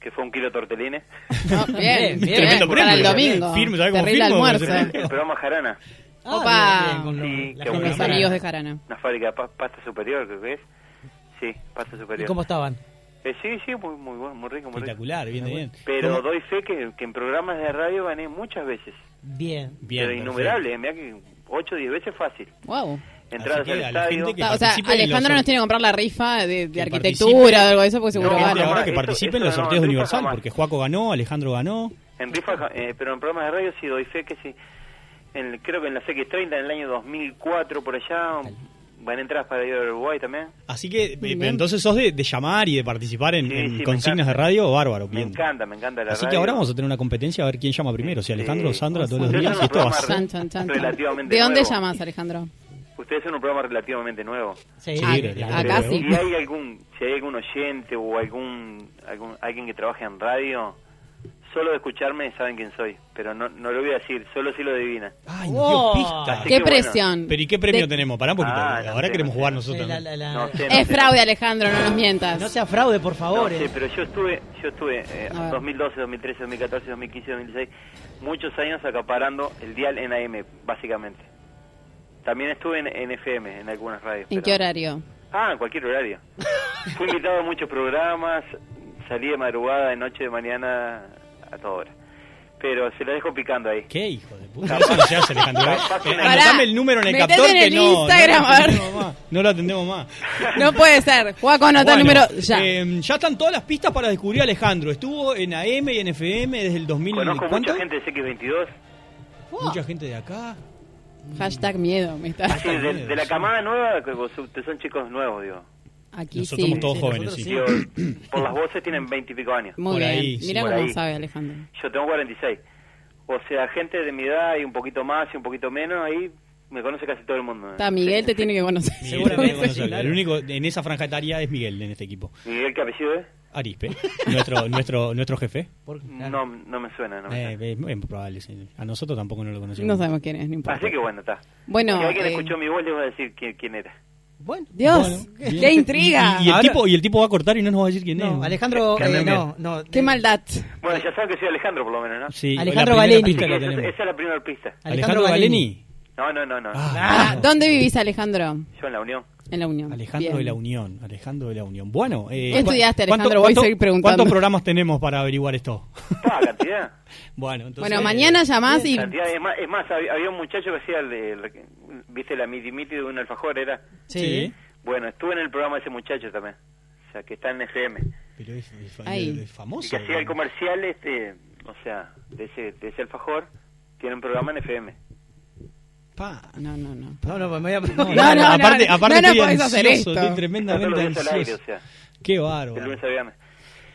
que fue un kilo de tortelines. [LAUGHS]
bien, bien. Tremendo Para premio. el domingo. Firme, ¿sabés cómo Terrible firmo? almuerzo. [LAUGHS]
El programa Jarana.
Opa.
Sí, que
Con
fue
los
Jarana.
amigos de Jarana.
Una fábrica de pa- pasta superior, creo que es. Sí, pasta superior.
¿Y cómo estaban?
Eh, sí, sí, muy, muy bueno, muy rico, muy rico.
Espectacular, bien, bien.
Pero
¿Cómo?
doy fe que, que en programas de radio gané muchas veces.
Bien.
Bien,
pero innumerables, mira que 8 o 10 veces fácil.
Wow.
Entradas
Así que
al
a la
estadio.
gente que
Ah, O sea,
participe en
Alejandro
los-
nos tiene que comprar la rifa de, de
participe.
arquitectura o algo de eso, porque seguro
No,
va.
gente, ahora que
Eso-
participen en
eso
los
no,
sorteos de
nunca
Universal,
jamás.
porque Juaco ganó, Alejandro ganó.
En rifa, ja- eh, pero en programas de radio sí doy fe que sí. En, creo que en la CX30, en el año 2004, por allá, van entradas para ir a Uruguay también.
Así que eh,
Muy bien.
entonces sos de, de llamar y de participar en,
Sí,
en
sí, me
consignas
encanta.
de radio, bárbaro,
Me
bien.
encanta, me encanta la
Así
radio.
que ahora vamos a tener una competencia a ver quién llama primero, si Alejandro o Sandra todos los
Ustedes
días,
son
y
un
esto va a ser...
programa
Chan, chan, chan, chan.
Relativamente
¿De dónde
nuevo.
llamas, Alejandro?
Ustedes son un programa relativamente nuevo.
Sí,
Ah, acá
Pero
sí.
Si hay algún, si hay algún oyente o algún, algún alguien que trabaje en radio, solo de escucharme saben quién soy, pero no, no lo voy a decir, solo si lo adivina.
Ay, nos dio pista.
Así Qué que bueno.
presión.
Pero ¿y qué premio
De-
tenemos? Pará un poquito,
Ah, no
ahora
sé,
queremos
no
jugar
sé.
nosotros.
La- la- la- No sé, no
Es
sé.
fraude, Alejandro, no nos mientas.
No sea fraude, por favor.
este No sé,
eh.
pero yo estuve, yo estuve eh,
A ver.
2012, 2013, 2014, 2015, 2016, muchos años acaparando el dial en AM, básicamente. También estuve en, en FM, en algunas radios.
¿En
pero-
qué horario?
Ah, en cualquier horario. Fui invitado a muchos programas, salí de madrugada, de noche, de mañana, a toda hora. Pero se la dejo picando ahí.
¿Qué hijo de puta? Eso no se hace, Alejandro. ¿eh?
Capaz que
Eh,
una-
Pará,
Anotame el número en el
metete
captor
en
que
el
no,
Instagram,
no,
a ver.
lo atendemos más, no lo atendemos más.
[LAUGHS] No puede ser. Juaco, anota el
Bueno,
número ya.
eh, ya están todas las pistas para descubrir a Alejandro. Estuvo en AM y en FM desde el 2000.
Conozco
¿cuánto?
mucha gente de CX22.
Mucha gente de acá.
Hashtag miedo, me está.
Ah, Sí, de, de la camada nueva, que vos- ustedes son chicos nuevos, digo.
Aquí
Nosotros
sí.
somos todos jóvenes, sí.
Digo, por las voces tienen 20 y pico años.
Muy bien. Mira
Por
cómo
ahí.
sabe Alejandro.
Yo tengo 46. O sea, gente de mi edad y un poquito más y un poquito menos, ahí me conoce casi todo el mundo.
Está, Miguel te tiene que conocer.
Miguel,
[LAUGHS]
Miguel Gonzalo. El único en esa franja etaria es Miguel en este equipo.
Miguel, ¿qué apellido es?
Arispe, [LAUGHS] nuestro, nuestro, nuestro jefe.
No, no me suena. No me
Eh,
suena.
es muy probable. sí. A nosotros tampoco no lo conocemos.
Ah, No sabemos quién es, no importa.
Así que bueno, está.
Bueno,
si alguien
eh,
escuchó mi voz, le voy a decir quién, quién era.
Dios, qué intriga.
Y, y el tipo, y el tipo va a cortar y no nos va a decir quién es.
Alejandro,
Cambia
eh,
el
no, no.
Qué maldad.
Bueno, ya saben que soy Alejandro, por lo menos, ¿no?
Sí, Alejandro la primera Galeni. pista que
Así que Esa,
tenemos.
esa es la primera pista.
Alejandro Galeni.
No, no, no, no.
Ah, ¿Dónde vivís, Alejandro?
Yo en la Unión.
En la Unión.
Alejandro
Bien.
de la Unión. Alejandro de la Unión. Bueno, eh,
¿Qué
¿cu-
estudiaste,
cuánto-
Alejandro? Voy a
cuánto-
seguir preguntando.
¿Cuántos programas tenemos para averiguar esto? [LAUGHS]
Ah, cantidad.
bueno, entonces.
Bueno, mañana llamás y...
Cantidad, es, más, es más, hab- había un muchacho que hacía, el, el- viste, la miti miti de un alfajor, era.
Sí.
Bueno, estuve en el programa de ese muchacho también. O sea, que está en FM.
Pero es, es fa-
Ay.
es famoso.
Y que hacía el comercial, este, o sea, de ese, de ese alfajor, tiene un programa en FM.
No, no, no.
No, no, pues me voy a... [LAUGHS]
no, no,
aparte,
no,
aparte
no, no
estoy
podés hacer
ansioso,
esto.
estoy tremendamente
Todos los días
ansioso.
al aire,
o sea.
Qué bárbaro.
De lunes a viernes. [LAUGHS]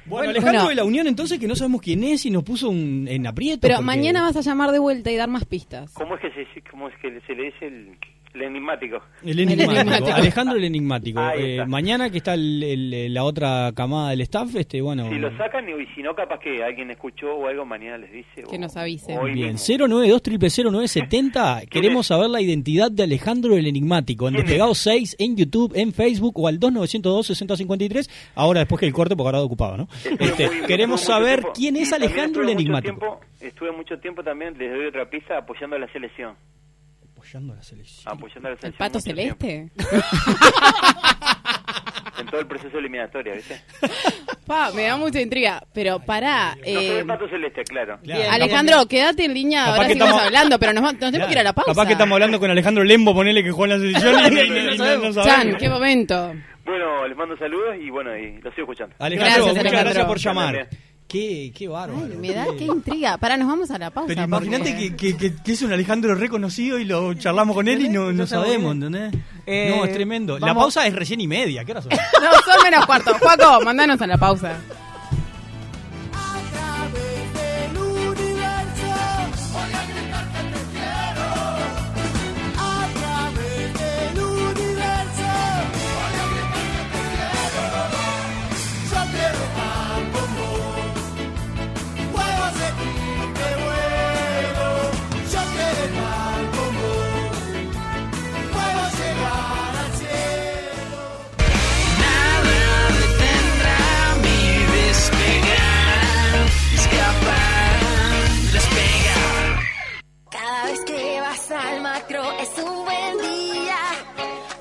Bueno,
Bueno, Alejandro
bueno.
de la Unión, entonces, que no sabemos quién es y nos puso un, en aprieto.
Pero
porque-
mañana vas a llamar de vuelta y dar más pistas.
¿Cómo es que se, cómo es que se le dice el, el enigmático?
El enigmático.
enigmático.
Alejandro el enigmático.
Ahí
Eh,
está.
mañana que está el- el- la otra camada del staff, este, bueno.
Si lo sacan y si no, capaz que alguien escuchó o algo, mañana les dice. o-
Que nos avisen.
hoy
eh, Bien,
mismo.
092 0970 Queremos saber la identidad de Alejandro el Enigmático. En
¿Quién es?
Despegado 6, en YouTube, en Facebook o al 2902-6053. Ahora, después que el corte, porque ahora ocupado, ¿no? Este,
Estuve
queremos
mucho
saber
tiempo-
quién es
y también
Alejandro el
estuve mucho
Enigmático.
tiempo- estuve mucho tiempo también, les doy otra pista, apoyando a la selección.
Apoyando a la selección.
Apoyando a la
¿El
selección.
pato
mucho
celeste?
[LAUGHS] tiempo. En todo el proceso eliminatorio,
[LAUGHS]
¿viste?
Pa, me da mucha intriga. Pero pará.
No soy
Eh,
el pato celeste, claro.
Bien. Alejandro, quédate en línea,
Capaz
ahora
que
seguimos
estamos-
hablando, pero nos, va- nos tenemos que ir a la pausa.
Capaz que estamos hablando con Alejandro Lembo, ponele que juega en
[LAUGHS]
la selección y, y- y- y- no- no sabemos.
Chan, qué momento.
Bueno, les mando saludos y bueno, y los sigo escuchando.
Alejandro, muchas gracias
Bien.
por llamar. Qué, qué bárbaro.
Me da qué intriga. Pará, nos vamos a la pausa.
Pero imagínate
porque-
que, que- que- que es un Alejandro reconocido y lo charlamos con él y no, no sabemos, ¿entendés?
Eh,
no, es tremendo. La
vamos-
pausa es recién y media, ¿qué hora son?
No, son menos cuarto. Juaco, mandanos a la pausa.
del universo. Voy a gritar que te quiero. A través del universo. Voy a gritar que te quiero. Yo quiero pan con vos. Huevos de quite vuelo. Yo quiero pan con vos. Puedo llegar al cielo.
Nada detendrá mi despegar, escapar, despegar.
Cada vez que vas al macro es un buen día.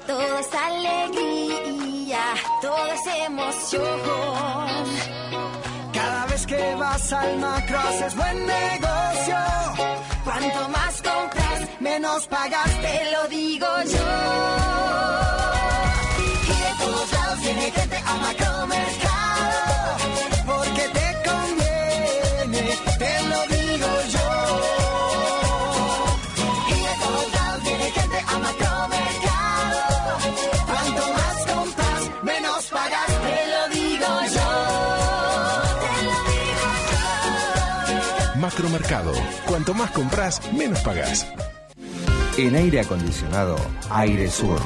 Todo es alegría, todo es emoción.
Cada vez que vas al macro haces buen negocio.
Cuanto más compras, menos pagas, te lo digo yo.
Y de todos lados viene gente a macromercado. Porque te conviene, te lo digo yo. Y de todos lados viene gente a macromercado. Cuanto más compras, menos pagas, te lo digo yo. Te lo digo
Macromercado. Cuanto más compras, menos pagas.
En aire acondicionado, Aire Sur.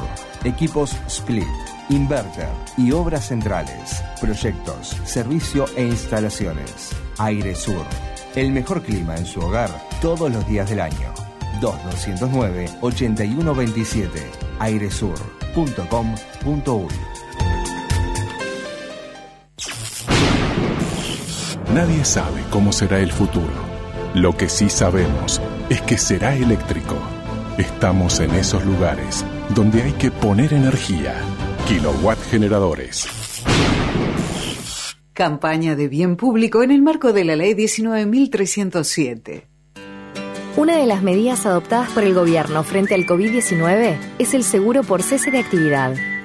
Equipos split, inverter y obras centrales. Proyectos, servicio e instalaciones. Aire Sur. El mejor clima en su hogar todos los días del año. 2209-8127. airesur.com.uy
Nadie sabe cómo será el futuro. Lo que sí sabemos es que será eléctrico. Estamos en esos lugares donde hay que poner energía. Kilowatt generadores.
Campaña de bien público en el marco de la Ley 19.307.
Una de las medidas adoptadas por el gobierno frente al COVID-19 es el seguro por cese de actividad.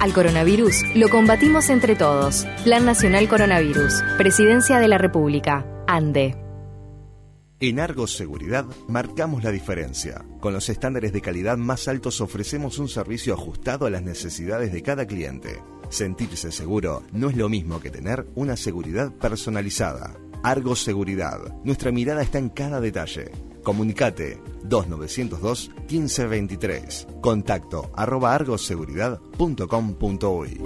Al coronavirus lo combatimos entre todos. Plan Nacional Coronavirus. Presidencia de la República. ANDE.
En Argos Seguridad marcamos la diferencia. Con los estándares de calidad más altos ofrecemos un servicio ajustado a las necesidades de cada cliente. Sentirse seguro no es lo mismo que tener una seguridad personalizada. Argos Seguridad. Nuestra mirada está en cada detalle. Comunicate 2902 1523. Contacto arroba argoseguridad.com.uy.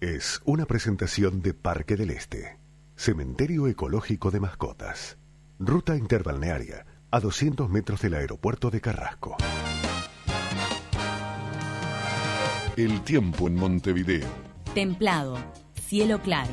Es una presentación de Parque del Este, Cementerio Ecológico de Mascotas, ruta interbalnearia a 200 metros del aeropuerto de Carrasco.
El tiempo en Montevideo.
Templado, cielo claro.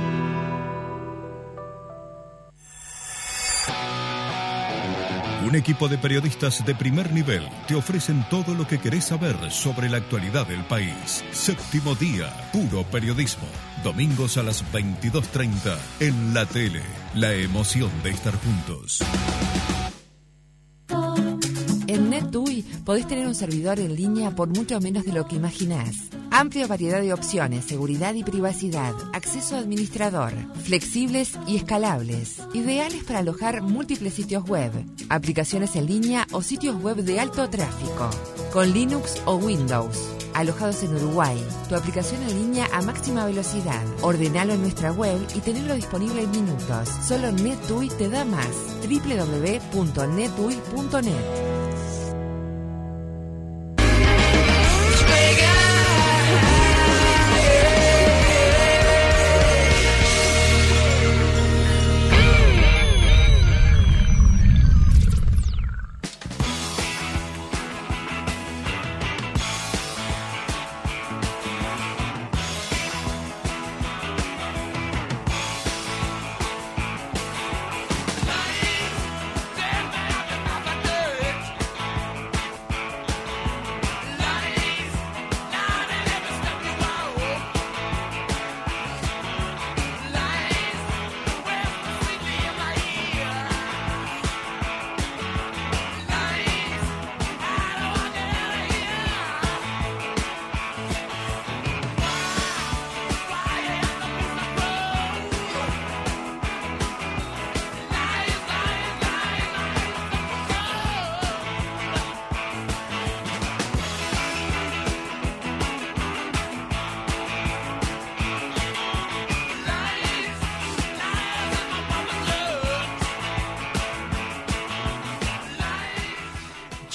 Un equipo de periodistas de primer nivel te ofrecen todo lo que querés saber sobre la actualidad del país. Séptimo día, puro periodismo. Domingos a las 22.30 en la tele. La emoción de estar juntos.
En NetUI podés tener un servidor en línea por mucho menos de lo que imaginás. Amplia variedad de opciones, seguridad y privacidad, acceso a administrador, flexibles y escalables, ideales para alojar múltiples sitios web, aplicaciones en línea o sitios web de alto tráfico, con Linux o Windows. Alojados en Uruguay, tu aplicación en línea a máxima velocidad. Ordenalo en nuestra web y tenerlo disponible en minutos. Solo NetUI te da más. www.netui.net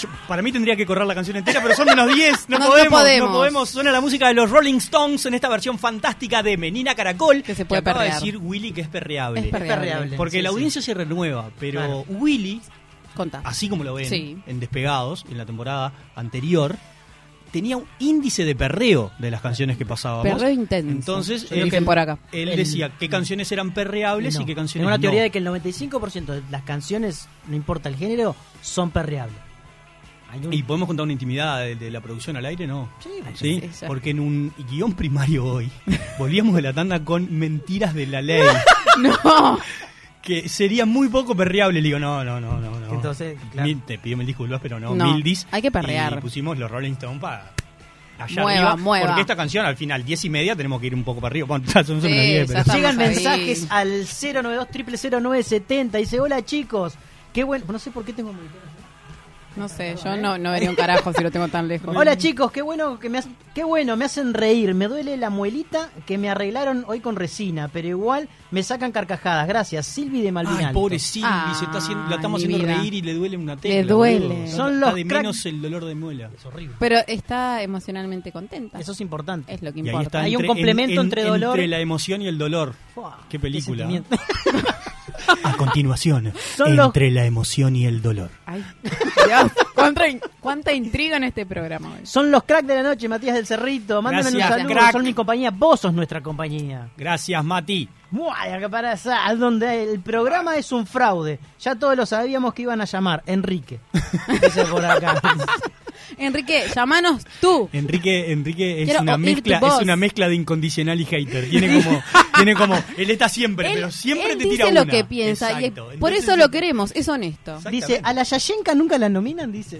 Yo- para mí tendría que correr la canción entera, pero son menos 10.
[LAUGHS]
No,
No, no
podemos, no
podemos.
podemos. Suena la música de los Rolling Stones en esta versión fantástica de Menina Caracol. Que se
puede
acaba de
perrear.
decir Willy que es perreable.
Es perreable. Es perreable,
Porque
sí,
la
sí.
audiencia se renueva, pero
Claro.
Willy,
Contá.
así como lo ven
Sí.
en Despegados, en la temporada anterior, tenía un índice de perreo de las canciones que pasábamos.
Perreo intenso.
Entonces,
Yo dije por acá.
él
El- Mm.
decía qué canciones eran perreables
No.
y qué canciones
Tengo una
no.
teoría de que el 95% de las canciones, no importa el género, son perreables. Hay un-
¿Y podemos contar una intimidad de, de la producción al aire? No. Sí,
sí, sí.
porque en un guión primario hoy volvíamos de la tanda con mentiras de la ley.
no.
Que sería muy poco perreable. Le digo, no, no, no, no. no.
Entonces,
Mil- te pido mil disculpas, pero no.
No,
Mildis.
hay que perrear.
Y pusimos los Rolling Stones para. Allá
Mueva,
arriba,
mueva.
Porque esta canción al final, diez y media, tenemos que ir un poco para arriba. Bueno, ya son son
Sí,
las diez, pero-
Llegan mensajes al 092 00970 Dice, hola chicos, qué bueno. No sé por qué tengo el monitor.
No sé, yo no, no vería un carajo si lo tengo tan lejos.
Hola chicos, qué bueno que me hacen, qué bueno, me hacen reír. Me duele la muelita que me arreglaron hoy con resina, pero igual me sacan carcajadas. Gracias, Silvi de Malvinal.
Ay, pobre Silvi, se está haciendo- la estamos
mi
haciendo
vida.
reír y le duele una tecla.
duele.
boludo.
Son
Está
los
de
crack-
menos el dolor de muela. Es horrible.
Pero está emocionalmente contenta. Eso
es importante.
Es lo que
Y ahí
importa.
está entre- en- en- Entre la emoción y el dolor. Qué película. ¿eh? A continuación,
Son los-
entre la emoción y el dolor.
Ay, Dios, cuánta, in- cuánta intriga en este programa hoy.
Son los cracks de la noche, Matías del Cerrito. Mándenme un
Gracias,
saludo.
crack.
Son mi compañía. Vos sos nuestra compañía.
Gracias, Mati.
Buah, la caparazá, Donde el programa es un fraude. Ya todos lo sabíamos que iban a llamar. Enrique. Dice por acá.
Enrique, llamanos tú.
[LAUGHS] Enrique, Enrique es
Quiero
una
oír
mezcla,
tu voz.
es una mezcla de incondicional y hater. Tiene como, tiene como, él está siempre, pero siempre
Él
te tira
dice lo
una.
que piensa y
Exacto.
por
Entonces,
eso lo queremos, es honesto.
[LAUGHS]
Dice, a la Yashenka nunca la nominan, dice.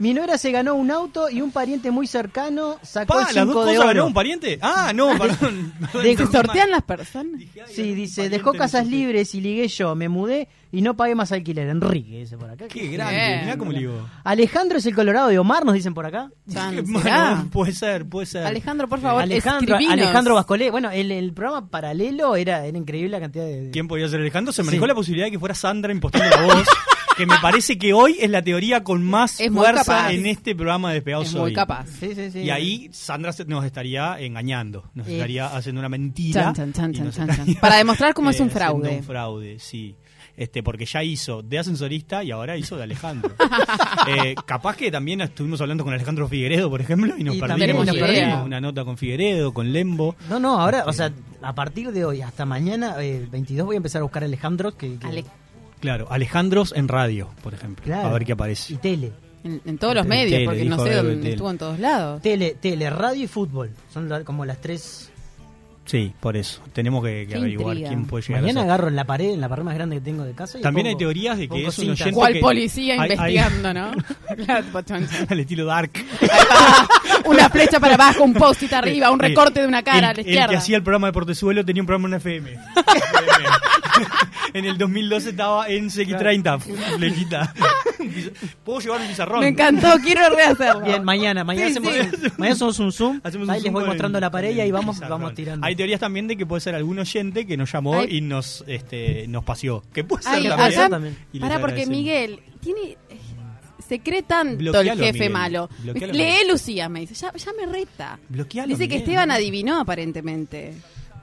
Mi nuera se ganó un auto y un pariente muy cercano sacó
Pa,
el
las
5
dos
de
cosas
oro.
ganó un pariente. Ah, no, perdón.
¿Se sortean
las personas?
Sí, dice, dejó casas libres y ligué yo, me mudé y no pagué más alquiler. Enrique, dice por acá.
Qué grande, mirá cómo ligó.
Alejandro es el Colorado de Omar, nos dicen por acá.
Qué
Chan,
malo,
¿será?
puede ser, puede ser.
Alejandro, por favor,
Alejandro,
escribinos.
Alejandro Vascolé. Bueno, el, el programa paralelo era, era increíble la cantidad de...
¿Quién podía ser Alejandro? Se manejó la posibilidad de que fuera Sandra impostando la
[LAUGHS]
voz, que me parece que hoy es la teoría con más
Es muy capaz.
fuerza en este programa de Despegado
Es muy
Soy.
capaz.
Sí, sí, sí.
Y ahí Sandra se- nos estaría engañando, nos
Eh.
estaría haciendo una mentira.
Chan, chan, chan,
y
chan,
nos
chan,
estaría,
chan. Para demostrar cómo es un
[LAUGHS] haciendo
fraude.
Un fraude, sí. Este, porque ya hizo de ascensorista y ahora hizo de
[LAUGHS]
Alejandro. Eh, capaz que también estuvimos hablando con Alejandro Figueredo, por ejemplo, y nos
Y también
perdimos.
nos perdimos.
Una nota con Figueredo, con Lembo. Eh.
No, no, ahora, o sea, a partir de hoy hasta mañana, eh, 22, voy a empezar a buscar Alejandro. Que, que-
Claro, Alejandros en radio, por ejemplo.
Claro.
A ver qué aparece.
Y tele.
En, en todos los medios,
Tele,
porque no
dijo
sé
algo de
dónde
tele.
estuvo en todos lados.
Tele, tele, radio y fútbol. Son la- como las tres.
Sí, por eso. Tenemos que, que
Qué
averiguar
intriga.
quién puede llegar
Mañana
a ser.
agarro en la pared, en la pared más grande que tengo de casa. y
También hay
pongo-
teorías de que
pongo
es un
cintas.
oyente
¿Cuál
que-
policía
Ay, ay.
investigando, [LAUGHS] no? Claro, tipo, chan, chan.
[LAUGHS] Al estilo Dark.
una flecha para abajo, un post-it arriba, un
Eh,
recorte de una cara a
el,
la
el
izquierda.
que hacía el programa de Portezuelo tenía un programa
[LAUGHS]
en FM. [LAUGHS] en el 2012 estaba en CX30,
[LAUGHS]
[LAUGHS] flechita. Puedo llevar un pizarrón.
Me encantó, quiero rehacerlo.
Bien, mañana, mañana,
Sí,
hacemos,
sí.
mañana hacemos un zoom.
Hacemos un
ahí les
zoom
voy
con
mostrando
el-
la pared
con
y ahí
el
vamos,
pizarrón.
vamos tirando.
Hay teorías también de que puede ser algún oyente que nos llamó
Ay.
y nos este, nos paseó. Que puede ser
Ay,
también. ¿eh?
acá-
Y les
pará, porque
agradecemos.
Miguel tiene... Se cree tanto
Bloquealo,
el jefe
Miguel.
malo.
Bloquealo,
Lee
Miguel.
Lucía, me dice. Ya, ya me reta.
Bloquealo,
dice que
Miguel.
Esteban adivinó aparentemente.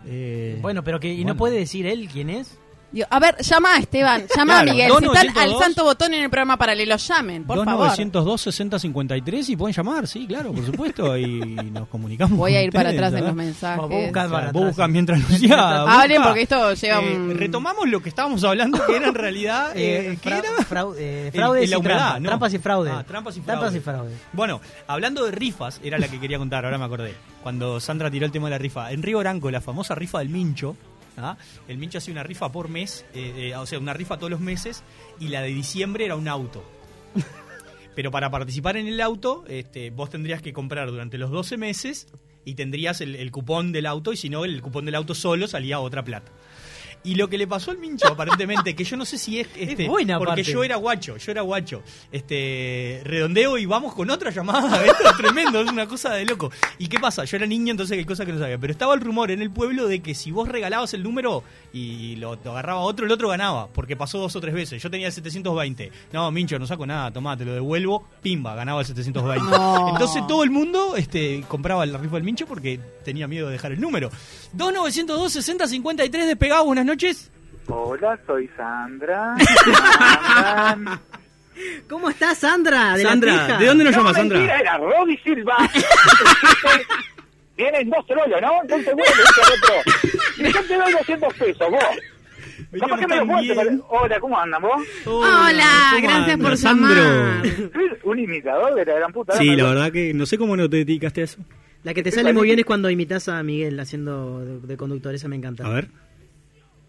Eh,
Bueno, pero que y no puede decir él quién es.
Digo, a ver, llama a Esteban, llama
Claro,
a Miguel.
dos
Si están al
902.
santo botón en el programa paralelo, llamen, por favor.
2902 6053 y pueden llamar, sí, claro, por supuesto, y nos comunicamos.
Voy a
con
ir para
ustedes,
atrás en
¿verdad?
los mensajes.
Vos buscas, vos buscas mientras Lucía. busca.
Ah, Hablen porque esto lleva
Eh,
un...
Retomamos lo que estábamos hablando, que era en realidad.
[LAUGHS]
eh,
Eh,
¿qué
fra-
era?
frau- eh,
El-
fraudes
el- la
y
humedad,
trampas,
¿no?
trampas y fraude.
Ah, trampas y
Trampas
fraude.
y fraude.
Bueno, hablando de rifas, era la que quería contar, ahora me acordé. Cuando Sandra tiró el tema de la rifa. En Río Branco, la famosa rifa del Mincho. ¿ah? El Mincho hacía una rifa por mes, eh, eh, o sea, una rifa todos los meses, y la de diciembre era un auto. Pero para participar en el auto, este, vos tendrías que comprar durante los 12 meses y tendrías el, el cupón del auto, y si no, el cupón del auto solo salía otra plata. Y lo que le pasó al Mincho, aparentemente, que yo no sé si es. Este,
buena,
Porque
aparte.
yo era guacho, yo era guacho. Este, redondeo y vamos con otra llamada. [LAUGHS] Esto es tremendo, es una cosa de loco. ¿Y qué pasa? Yo era niño, entonces hay cosas que no sabía. Pero estaba el rumor en el pueblo de que si vos regalabas el número y lo, lo agarraba otro, el otro ganaba. Porque pasó dos o tres veces. Yo tenía el 720. No, Mincho, no saco nada, tomá, te lo devuelvo. Pimba, ganaba el 720.
No.
Entonces todo el mundo este, compraba el rifa del Mincho porque tenía miedo de dejar el número. 2902 6053 despegado, buenas noches.
Hola, soy Sandra.
¿Cómo estás, Sandra?
De la Sandra, Teja. ¿de dónde nos
no,
llama, Sandra?
Mentira, era Robbie Silva.
[LAUGHS]
Vienen dos trolos, ¿no? Entonces vos le dices al otro, yo te doy 200 pesos, vos. Capaz que me lo vuelves, pero- Hola, ¿cómo andan vos?
Hola, ¿cómo gracias andan, por Sandro? llamar.
Soy Un imitador de la gran puta.
Sí,
Ahora
la
me-
verdad que no sé cómo no te dedicaste a eso.
La que te sale muy bien es cuando imitas a Miguel haciendo de, de conductor, esa me encanta.
A ver.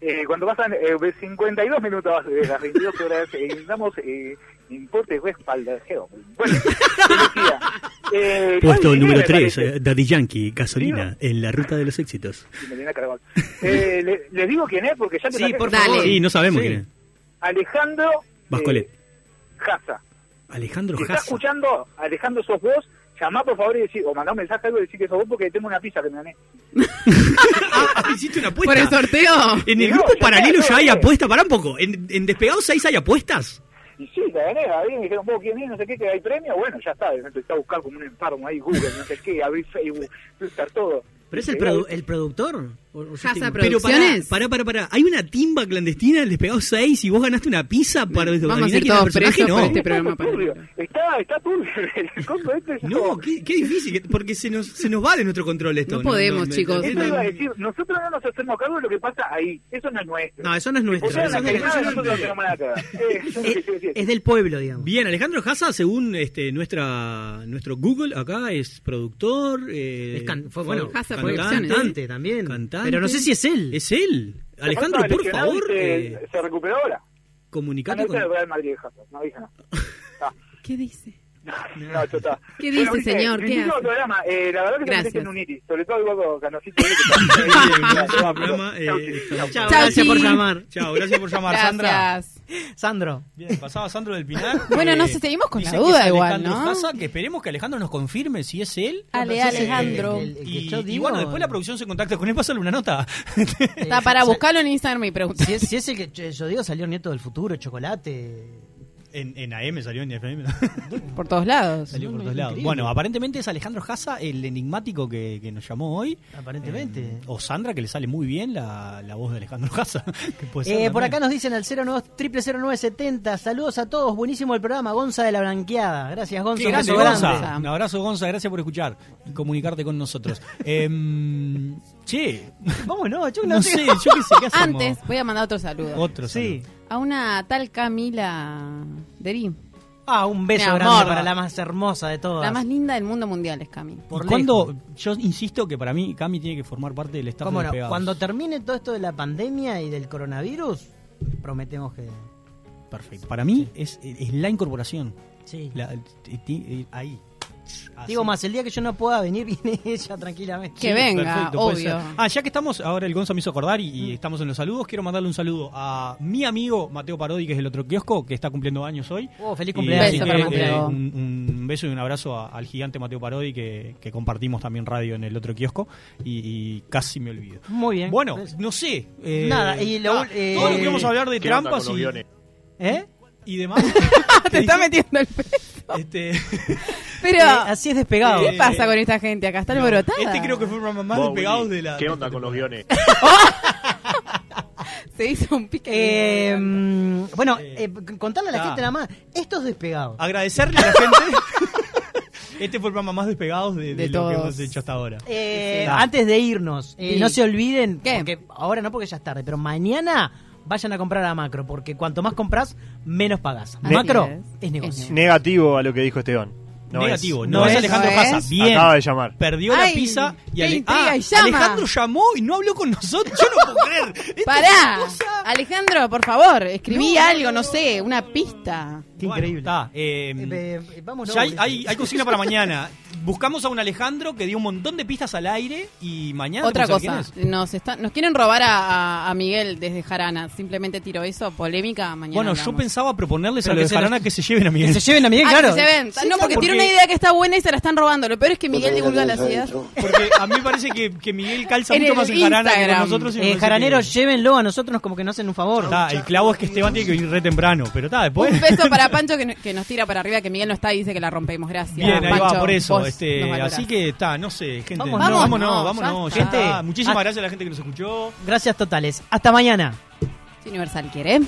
Eh, cuando pasan eh, 52 minutos de las 22 horas, eh, damos eh, importe de espalda de geo. Bueno,
[LAUGHS]
te decía, eh,
Puesto
Juan
número
Jiménez,
3, Daddy Yankee, gasolina, en la ruta de los éxitos.
parece, y Melina Carabal. Eh, le- ¿Les digo quién es? Porque ya te saqué-
Sí, no sabemos quién es.
Alejandro eh,
Vascolet.
Jaza.
Alejandro
Si estás
Jasso.
escuchando, Alejandro, sos vos, llamá por favor y decí, o mandá un mensaje algo y decís que sos vos porque tengo una pizza que me gané.
¿Hiciste una apuesta?
¿Por el sorteo?
En el
No,
grupo
ya
paralelo
está,
ya hay
ya está.
apuesta. Pará un poco. ¿En, en Despegados 6 hay apuestas?
Y sí, la gané, ahí me dijeron, vos quién es, no sé qué, que hay premio, bueno, ya está, empecé a buscar como un enfermo ahí, Google, no sé qué, abrir Facebook, Twitter, todo.
¿Pero es
Y
el,
llegué-
produ- el productor? ¿O- o yo estoy-
Pero pará, pará, pará, pará. ¿Hay una timba clandestina del Despegados 6 y vos ganaste una pizza para adivinar quién era el personaje? No.
turbio, está, está turbio, [LAUGHS] el coso este es
No, qué, qué difícil, que- porque se nos, se nos va de nuestro control esto. me- me-
Eso iba a decir, nosotros no nos hacemos cargo de lo que pasa ahí, eso no es nuestro.
No, eso no es nuestro,
Ustedes
eso
no
es de-
hacen nada,
eso es
nosotros
de-
no tenemos nada que ver. Eh, yo no sé si- si- si-
Es del pueblo, digamos.
Bien, Alejandro Jaza, según este, nuestra nuestro Google, acá es productor, eh,
Es can- fue, bueno,
cantante,
fue cantante también.
cantante.
Pero no sé si es él.
Es él. Alejandro,
Está
por
lesionado y
favor,
Se,
eh,
se recuperó ahora.
comunicate
Anoche
con... [LAUGHS]
el Real Madrid de Hazard, no dije nada.
¿Qué dice?
Ah. No, yo estaba.
¿Qué dice,
Brice,
señor? ¿Qué
lindísimo
hace?
programa. Eh, la verdad que
Gracias.
se me en un iris. Sobre todo el huevo canocito. ese que está-
Chao, programa, eh,
Chao,
gracias
Chi.
por llamar. Chao, gracias por llamar, Sandra.
Sandro.
Bien, pasaba Sandro del Pinar.
Bueno,
Eh,
no sé, seguimos con la
dicen que
duda
es
igual,
Alejandro
¿no?
Faza, que esperemos que Alejandro nos confirme si es él.
Ale,
Entonces, eh,
Alejandro.
el- el que
yo
Y, y
digo-
bueno, después la producción se contacta con él, pásale una nota. [LAUGHS]
Está para buscarlo en Instagram y preguntar.
Si es, si es el que yo- yo digo, salió Nieto del Futuro, Chocolate.
En, en AM salió en FM.
Por todos lados.
Salió por todos lados.
Increíble.
Bueno, aparentemente es Alejandro Jaza, el enigmático que, que nos llamó hoy.
Aparentemente.
Eh, o Sandra, que le sale muy bien la, la voz de Alejandro Jaza. [LAUGHS] que puede ser
Eh, por
también.
acá nos dicen al 090970. Saludos a todos. Buenísimo el programa, Gonza de la Blanqueada. Gracias, Gonza.
Qué
un
grande,
beso grande.
Gonza. Un abrazo, Gonza. Gracias por escuchar y comunicarte
[LAUGHS]
con nosotros. Em, che,
[LAUGHS]
Vámonos, yo
no sé, yo qué sé qué hacemos.
Antes, voy a mandar otro saludo.
Otro sí.
A una tal Camila Derí.
Ah, un beso
Mi
grande
amor.
para la más hermosa de todas.
La más linda del mundo mundial es Cami.
¿Y cuándo? Yo insisto que para mí Cami tiene que formar parte del staff
¿Cómo
de
no?
Pegados.
Cuando termine todo esto de la pandemia y del coronavirus, prometemos que.
Perfecto. Para mí es, es la incorporación.
Sí.
La- ti- ti- eh, ahí.
Digo
Así.
más, el día que yo no pueda venir, [LAUGHS] viene ella tranquilamente.
Sí, perfecto, puede ser. Ah, ya que estamos, ahora el Gonza me hizo acordar y, y estamos en los saludos, quiero mandarle un saludo a mi amigo Mateo Parodi, que es el otro kiosco, que está cumpliendo años hoy.
Oh, feliz
Y
cumpleaños.
así
Beso para
que,
Mateo.
eh, un, un beso y un abrazo a- al gigante Mateo Parodi, que, que compartimos también radio en el otro kiosco, y, y casi me olvido.
[LAUGHS] Muy bien.
Bueno, no sé. eh,
Nada, y lo
ah,
ul- eh,
todo lo que vamos a hablar de
¿Qué onda con
trampas
los
y...
guiones? ¿Eh?
Y demás.
Te está metiendo el peso.
[LAUGHS]
Este...
Pero.
Eh, así es despegado. Eh,
¿Qué pasa con esta gente acá? ¿Está alborotada?
Este creo que fue el más
Vos,
despegado
Willy,
de la...
¿Qué onda con los
[LAUGHS]
guiones?
Se hizo un pique.
Eh, mm, bueno, eh, c- contarle a la
está.
gente nada más. Estos despegados.
Agradecerle a la gente. [LAUGHS] este fue el programa más despegados de, de
De
lo
todos.
que hemos hecho hasta ahora.
Eh,
Ah.
Antes de irnos, eh,
Sí.
no se olviden, porque ahora no porque ya es tarde, pero mañana vayan a comprar a Macro, porque cuanto más compras, menos pagas.
Así
Macro
es.
es, negocio.
Negativo a lo que dijo Esteban. No
Negativo,
es.
no, es, Alejandro
Casa.
Casa. Bien.
Acaba de llamar.
Perdió
Ay,
la pizza y,
qué
Ale-
intriga,
Ah,
y llama.
Alejandro llamó y no habló con nosotros. Yo
[LAUGHS]
no puedo creer. Esto es
Pará.
una cosa-
Alejandro, por favor, escribí algo, no sé, una pista.
Qué
increíble. Está, eh,
vámonos,
ya hay,
Ulises.
hay, hay consigna para mañana. Buscamos a un Alejandro que dio un montón de pistas al aire y mañana.
Otra
vamos a ver
cosa,
quién es.
nos, está- nos quieren robar a, a- a Miguel desde Jarana. Simplemente tiro eso, polémica mañana.
Bueno, yo
hablamos.
pensaba proponerles
Pero
a
que
los de
se-
Jarana que se lleven a Miguel.
Que se lleven a Miguel,
Ah,
claro.
que se ven.
Sí,
no,
claro,
porque, tiene una
porque-
idea que está buena y se la están robando. Lo peor es que Miguel divulga la ciudad.
Porque a mí me parece que, que Miguel calza
[LAUGHS] En
mucho
el
más en Jarana que con
Instagram.
nosotros. y me
Eh,
parece
jaraneros,
que-
llévenlo a nosotros como que nos hacen un favor.
Está, el clavo es que Esteban tiene que venir re temprano, pero está, después.
Un beso para Pancho que, que nos tira para arriba, que Miguel no está y dice que la rompemos. Gracias.
Bien, ahí
Pancho,
va, por eso.
vos nos
Este,
valorás.
así que está, no sé, gente.
Vámonos,
no, vámonos,
ya
vámonos,
está. Ah.
gente.
Gente,
Muchísimas
hasta-
gracias a la gente que nos escuchó.
Gracias totales. Hasta mañana.
Si Universal quiere.